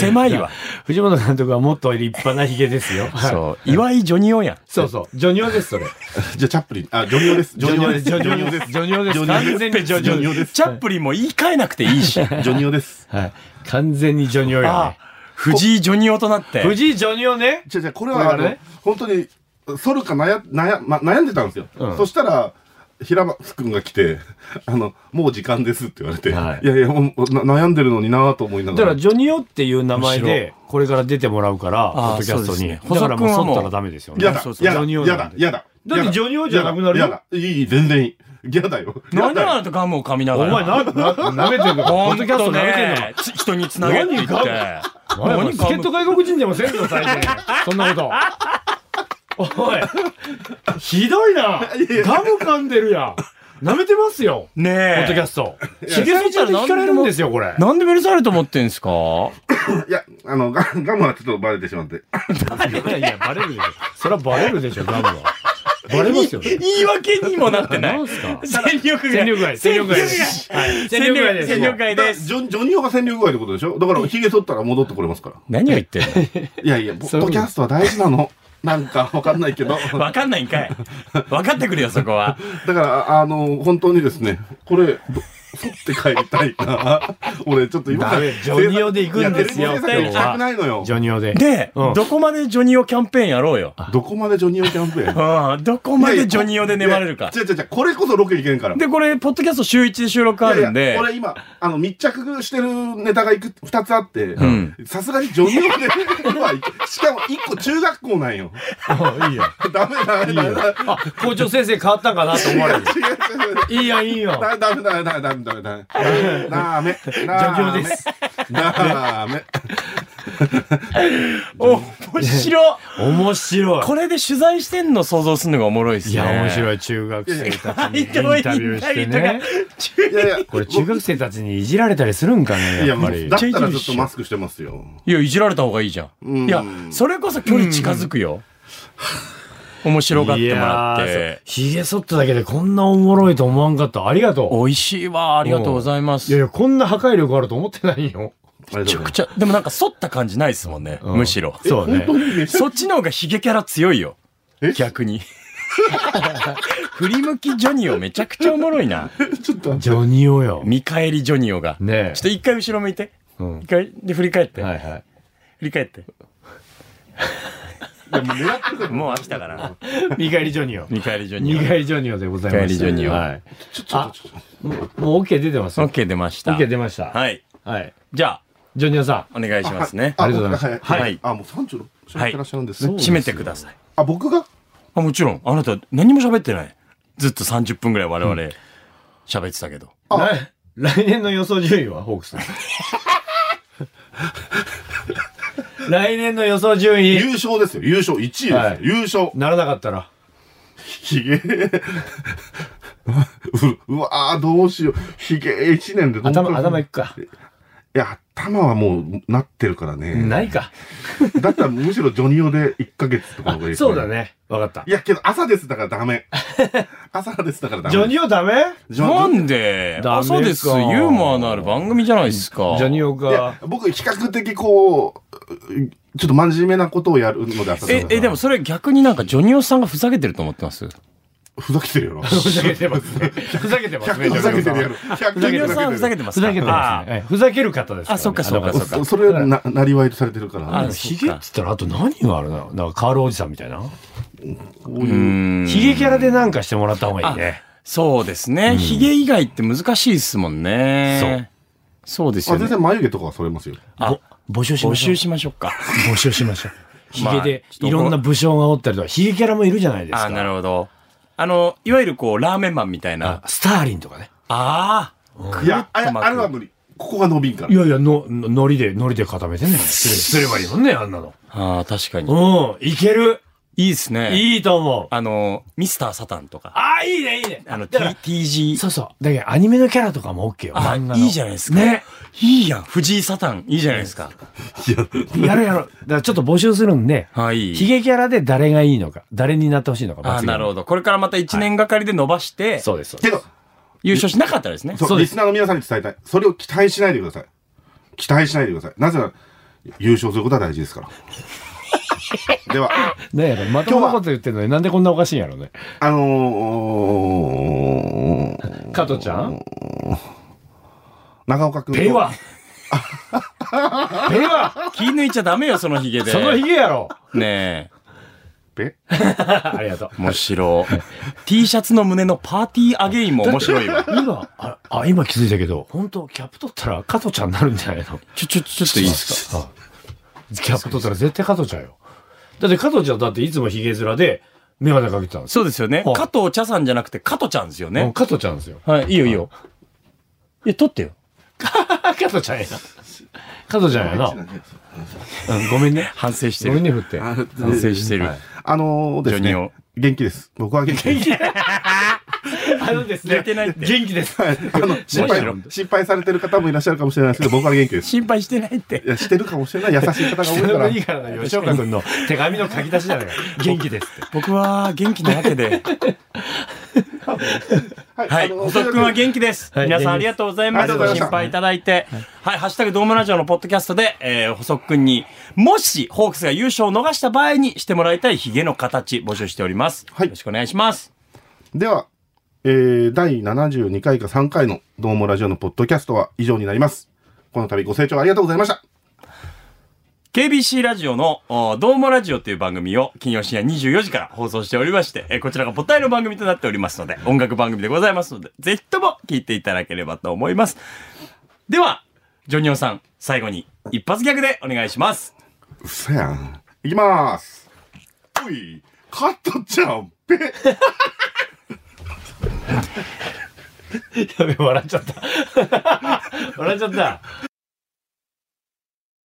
Speaker 1: 狭いわ。
Speaker 2: 藤本監督はもっと立派なヒゲですよ。はい
Speaker 1: そう。岩井ジョニオやん。
Speaker 2: そうそう。ジョニオです、それ。
Speaker 4: じゃあ、チャップリン。あ、ジョニオです。ジョニオです。
Speaker 2: ジョニオです。ジョニオです。完全にジョ
Speaker 4: ジョ
Speaker 2: ニ
Speaker 4: ニ
Speaker 2: オ
Speaker 4: オ
Speaker 2: で。
Speaker 4: ですす。
Speaker 1: チャップリンも言い換えなくていいし。
Speaker 4: ジョニオです。
Speaker 2: はい。完全にジョニオよ
Speaker 1: あ
Speaker 2: ね。
Speaker 1: 藤井ジョニオとなって。
Speaker 2: 藤井ジョニオね。
Speaker 4: じゃじゃこれは
Speaker 2: こ
Speaker 4: あ
Speaker 2: れがね
Speaker 4: の、本当に、ソルか悩、悩、ま、悩んでたんですよ。そしたら、平松くんが来て、あの、もう時間ですって言われて、
Speaker 2: はい
Speaker 4: い、やいや、もうな悩んでるのになぁと思いな
Speaker 2: だ
Speaker 4: が。
Speaker 2: かららジョニオっていう名前で、これから出てもらうから、ポッ
Speaker 1: あー
Speaker 2: ドキャス
Speaker 1: そ
Speaker 2: ト
Speaker 1: う
Speaker 2: に。
Speaker 1: ですね
Speaker 2: だからもう剃ったらダメですよね。
Speaker 4: や
Speaker 2: そ
Speaker 4: だ
Speaker 2: う、そう
Speaker 4: や
Speaker 2: ジ
Speaker 4: だ、
Speaker 2: ョニオ
Speaker 4: やだ、やだ。
Speaker 2: だってジョニオじゃなくなるよ
Speaker 4: やだ、やだいいいい、全然いい。嫌だよ。
Speaker 1: 何
Speaker 4: や
Speaker 1: で
Speaker 4: だよ
Speaker 1: あなたガムを噛みな
Speaker 2: お
Speaker 1: がら。
Speaker 2: 前な、な、舐めてんのか。ポ
Speaker 1: ほ
Speaker 2: ッ
Speaker 1: ん
Speaker 2: ドキャスト
Speaker 1: と
Speaker 2: 舐めてんのか
Speaker 1: ね。。つ人につなげって言って。
Speaker 2: 何何や助っ人外国人でもせんぞ最初 そんなことおいひどいなガム噛んでるやん舐めてますよ
Speaker 1: ね
Speaker 2: ポ
Speaker 1: え。
Speaker 2: ッドキャストひげ剃ったら聞かれるんですよこれ
Speaker 1: なんで許されると思ってんすか
Speaker 4: いや、あの、ガガムはちょっとバレてしまって。
Speaker 2: いやいやバレるでしょそれはバレるでしょガムはバレますよね
Speaker 1: 言い訳にもなってない。
Speaker 2: なんすか
Speaker 1: 戦力
Speaker 2: 戦力外戦力外です
Speaker 1: 戦
Speaker 2: はい戦力
Speaker 1: 力
Speaker 2: 外
Speaker 1: 外
Speaker 2: で
Speaker 1: 戦力
Speaker 2: す
Speaker 1: 外です。
Speaker 4: ジョジョニオが戦力外ってことでしょだから、髭剃ったら戻ってこれますから。
Speaker 1: 何を言ってん
Speaker 4: いやいや、ポ
Speaker 2: そう
Speaker 4: ッドキャストは大事なの。 なんか、わかんないけど。
Speaker 1: のわかんないんかい。わかってくれよ、そこは。
Speaker 4: だから、あの、本当にですね、これ、ど剃って帰りたいな。 俺、ちょっと今
Speaker 2: ダメジョニオで行くんですよ
Speaker 4: いやテレビ制
Speaker 2: 今日は
Speaker 4: 作行きたくないのよ
Speaker 2: ジ。ョニオ で
Speaker 1: で、
Speaker 2: うん
Speaker 1: どこまでジョニオキャンペーンやろうよ。
Speaker 4: どこまでジョニオキャンプや。
Speaker 1: うん、どこまでジョニオで粘れるか
Speaker 4: い。や違う違う、これこそロケ行けんから。
Speaker 1: で、これ、ポッドキャスト週1で収録あ
Speaker 4: いやい
Speaker 1: る
Speaker 4: や
Speaker 1: んで、
Speaker 4: 俺今、あの、密着してるネタがいく、二つあって
Speaker 1: ん、
Speaker 4: さすがにジョニオで、まあしかも一個中学校なんよ。
Speaker 2: あいいや
Speaker 4: ダメダメダメダメ。
Speaker 2: あ校長先生変わったんかなと思われる
Speaker 4: 違う違う違う。
Speaker 2: いいやいい よ
Speaker 4: ダメダメダ メダメダメダメダメダメダメダメダメ
Speaker 2: ジョニオです
Speaker 4: ダメ
Speaker 1: 面白い
Speaker 2: 面白い。
Speaker 1: これで取材してんの想像するのがおもろいですね。
Speaker 2: いや、面
Speaker 1: い。
Speaker 2: 白い。中学生たちにイン
Speaker 1: イン
Speaker 2: タ
Speaker 1: タ
Speaker 2: ビ
Speaker 1: ビ
Speaker 2: ュ
Speaker 1: ュー
Speaker 2: ーし
Speaker 1: してて
Speaker 2: ね
Speaker 1: ね。
Speaker 4: いやいや、
Speaker 2: これ中学生たちにいじられたりするんかね、
Speaker 4: い
Speaker 2: や
Speaker 4: や、
Speaker 2: っぱ
Speaker 4: も
Speaker 2: り
Speaker 4: うだ。ったらずっとマスクしてますよ。
Speaker 1: いや、いじられた方がいいじゃん。いや、それこそ距離近づくよ。面白がってもらっ
Speaker 2: いやー
Speaker 1: て。
Speaker 2: ひげ剃っただけでこんなおもろいと思わんかった。ありがと
Speaker 1: 美味しいわ。ありがとうございま
Speaker 2: う。
Speaker 1: す。
Speaker 2: いやいや、こんな破壊力あると思ってないよ。
Speaker 4: あれ
Speaker 1: めち
Speaker 4: だ
Speaker 1: ゃ
Speaker 4: ね
Speaker 1: くちゃ、でもなんか反った感じないですもんね。
Speaker 2: ん
Speaker 1: むしろ。
Speaker 2: そうね。
Speaker 1: そっちの方がヒゲキャラ強いよ。逆に。 振り向きジョニオめちゃくちゃおもろいな。
Speaker 2: ジョニオよ。
Speaker 1: 見返りジョニオが。
Speaker 2: ねえ
Speaker 1: ちょっと一回後ろ向いて。
Speaker 2: ん
Speaker 1: 一回、で、振り返って。
Speaker 2: はいはい。
Speaker 1: 振り返って。もう飽きたから。
Speaker 2: 見返りジョニオ。
Speaker 1: 見返りジョニ
Speaker 2: 見
Speaker 1: オ。
Speaker 2: 返りジョニオでございます。
Speaker 1: 見返りジョニオ
Speaker 2: はい。あ、もう OK 出てます。
Speaker 1: オッケー出ました。
Speaker 2: OK 出ました。
Speaker 1: はい。
Speaker 2: はい。
Speaker 1: じゃあ、
Speaker 2: ジョニオさ
Speaker 1: お願いしますね。
Speaker 2: ありがとうございます
Speaker 4: あ僕が
Speaker 1: は
Speaker 4: はいい。あ、もう三十六。喋ってらっしゃるんですね。
Speaker 1: 締めてください。
Speaker 4: あ、僕が。
Speaker 1: あ、もちろん。あなた何も喋ってない。ずっと30分ぐらい我々喋ってたけど。
Speaker 2: ん。来来年の予想順位は、ホークス。 来年の予想順位。
Speaker 4: 優勝ですよ。優勝一位ですよ。
Speaker 2: はい
Speaker 4: 優勝。
Speaker 2: ならなかったら。
Speaker 4: ひげ。 ううわーどうしよう。ひげ一年でどんくらい
Speaker 2: 頭、頭いくか。
Speaker 4: いや、頭はもうなってるからね。
Speaker 2: ないか。
Speaker 4: だったらむしろジョニオで1ヶ月とかの方がい い、
Speaker 2: そうだ。ね。わかった
Speaker 4: い。や、けど朝ですだからダメ。朝ですだからダメ。
Speaker 2: ジョニオダメ
Speaker 4: ジョ
Speaker 1: な
Speaker 4: ニ
Speaker 1: んで
Speaker 2: ダメか
Speaker 1: 朝です。ユーモアのある番組じゃないですか。
Speaker 2: ジョニオ
Speaker 4: オいや
Speaker 2: が。、
Speaker 4: 僕比較的こう、ちょっと真面目なことをやるので朝です
Speaker 1: え、え、でもそれ逆になんかジョニオさんがふざけてると思ってます
Speaker 4: ふざけてるよな。
Speaker 2: ふざけてます ね。ふざけてますね。
Speaker 4: 100ふざけてるやろ。
Speaker 1: ジョニオさんふざけ
Speaker 4: る。
Speaker 1: てます
Speaker 2: ふざけてますね。はいふざける方ですらね。
Speaker 1: あ、そっかそっか
Speaker 2: あの
Speaker 1: そ
Speaker 2: 方
Speaker 1: っか。
Speaker 4: それな、なりわいとされてるから、
Speaker 1: あ、
Speaker 2: ひ
Speaker 1: そ
Speaker 2: げ
Speaker 1: う
Speaker 2: っ
Speaker 1: か
Speaker 2: つったらあと何があるななんかカールおじさんみたいな。
Speaker 4: こういう。
Speaker 2: ひげキャラでなんかしてもらった方がいいね。
Speaker 1: そうですね。ヒゲ以外って難しいですもんね。そう。そうです
Speaker 4: あ
Speaker 1: よ
Speaker 4: 全
Speaker 1: ね。
Speaker 4: 然眉毛とかはそれますよ。
Speaker 1: あ、
Speaker 2: 募集し
Speaker 1: 募
Speaker 2: ましょ
Speaker 1: 集
Speaker 2: う。
Speaker 1: しましょうか。
Speaker 2: 募集しましょう。ひ
Speaker 1: まあ
Speaker 2: げでいろんな武将がおったりとか、ひげキャラもいるじゃないです
Speaker 1: あ、
Speaker 2: か。
Speaker 1: なるほど。あの、いわゆるこう、ラーメンマンみたいな。
Speaker 2: スターリンとかね。
Speaker 1: ああ。
Speaker 4: いや、あれ
Speaker 1: くるっと巻く
Speaker 4: あれは無理。ここが伸びんから
Speaker 2: い。やいや、の、ののりで、のりで固 めてね。すれすればいいもんね、あんなの。
Speaker 1: ああ、確かに。
Speaker 2: うん、いける。
Speaker 1: いいですね。
Speaker 2: いいと思う。
Speaker 1: あの、ミスターサタンとか、
Speaker 2: ああ、いいね、いいね。
Speaker 1: あの、T-
Speaker 2: だから
Speaker 1: TG。
Speaker 2: そうそう。だけど、アニメのキャラとかも OK よ。
Speaker 1: あ
Speaker 2: 漫画、の
Speaker 1: いいじゃないですか。
Speaker 2: ね。。
Speaker 1: いいやん。藤井サタン、いいじゃないですか。
Speaker 2: やろうやろう。だからちょっと募集するんで、
Speaker 1: はい。
Speaker 2: ヒゲキャラで誰がいいのか、誰になってほしいのか。
Speaker 1: あーなるほ
Speaker 2: ど。
Speaker 1: ど。これからまた1年がかりで伸ばして、
Speaker 2: そうです、そうです。
Speaker 4: けど、
Speaker 1: 優勝しなかったらですね。
Speaker 4: そう
Speaker 2: そうで
Speaker 4: リ
Speaker 2: す
Speaker 4: スナーの皆さんに伝えたい。それを期待しないでください。期待しないでください。なぜなら、優勝することは大事ですから。では、
Speaker 2: ねえ、まともなこと言ってるのになんでこんなおかしいんやろうね。
Speaker 4: あのー、
Speaker 2: 加藤ちゃん
Speaker 4: 長岡君。
Speaker 2: ペ はペは
Speaker 1: 気抜いちゃダメよ、そのヒゲで。
Speaker 2: そのヒゲやろ
Speaker 1: ね
Speaker 4: ペ
Speaker 2: ありがとう
Speaker 1: え。。面白。T シャツの胸のパーティーアゲインも面白いわ。
Speaker 2: 今、あ、あ今気づいたけど、本当キャップ取ったら加藤ちゃんになるんじゃないの
Speaker 1: ちょ、ちょ、ちょっといいですか
Speaker 2: あキャップ取ったら絶対加藤ちゃんよ。だって加藤ちゃんだっていつもヒゲ面で眼鏡かけてたんです
Speaker 1: そ
Speaker 2: よ。
Speaker 1: うですよね
Speaker 2: は。い
Speaker 1: 加藤茶さんじゃなくて、加藤ちゃんですよ
Speaker 2: もう
Speaker 1: ね。
Speaker 2: 加藤ちゃんですよ。
Speaker 1: はい、いいよいいよ。いや、取ってよ。
Speaker 2: 加藤ちゃんやな。加藤ちゃんやな。うん ごめんね。
Speaker 1: 反省して
Speaker 2: ごめん
Speaker 1: る。
Speaker 2: ね、振って。
Speaker 1: 反省してる。
Speaker 4: あのー、です
Speaker 1: ジョニオ
Speaker 4: ね。元気です。僕は元気です。
Speaker 2: あのです
Speaker 1: ね聞いてないって
Speaker 2: 元気です。
Speaker 4: はいあの、心配、心配されてる方もいらっしゃるかもしれないですけど、僕は元気です。
Speaker 1: 心配してないって
Speaker 4: い。や、してるかもしれない。優しい方が多
Speaker 2: そ
Speaker 4: い
Speaker 2: れ
Speaker 4: か
Speaker 2: も
Speaker 4: ら
Speaker 2: い。いからな、吉岡君の手紙の書き出しじゃないか。 元気ですって。
Speaker 1: 僕は元気なわけで。はい。細くんは元気です。
Speaker 2: はい
Speaker 1: 皆さんありがとうございま
Speaker 4: あ
Speaker 1: す。
Speaker 4: りがとうございまし
Speaker 1: 心
Speaker 4: た
Speaker 1: 配いただいて。はい。ハッシュタグドームラジオのポッドキャストで、えー、細くんに、もし、ホークスが優勝を逃した場合にしてもらいたいヒゲの形、募集しております。
Speaker 4: はい
Speaker 1: よろしくお願いします。
Speaker 4: では、えー、第72回か3回のどうもラジオのポッドキャストは以上になります。この度ご清聴ありがとうございました。
Speaker 1: KBC ラジオの、おどうもラジオという番組を金曜深夜24時から放送しておりまして、えーこちらがポタイの番組となっておりますので、音楽番組でございますので、ぜひとも聞いていただければと思います。では、ジョニオさん、最後に一発ギャグでお願いします。
Speaker 4: うそやん。いきまーす。おい、カットちゃん、ペ
Speaker 2: やべ、笑っちゃった。笑っちゃった。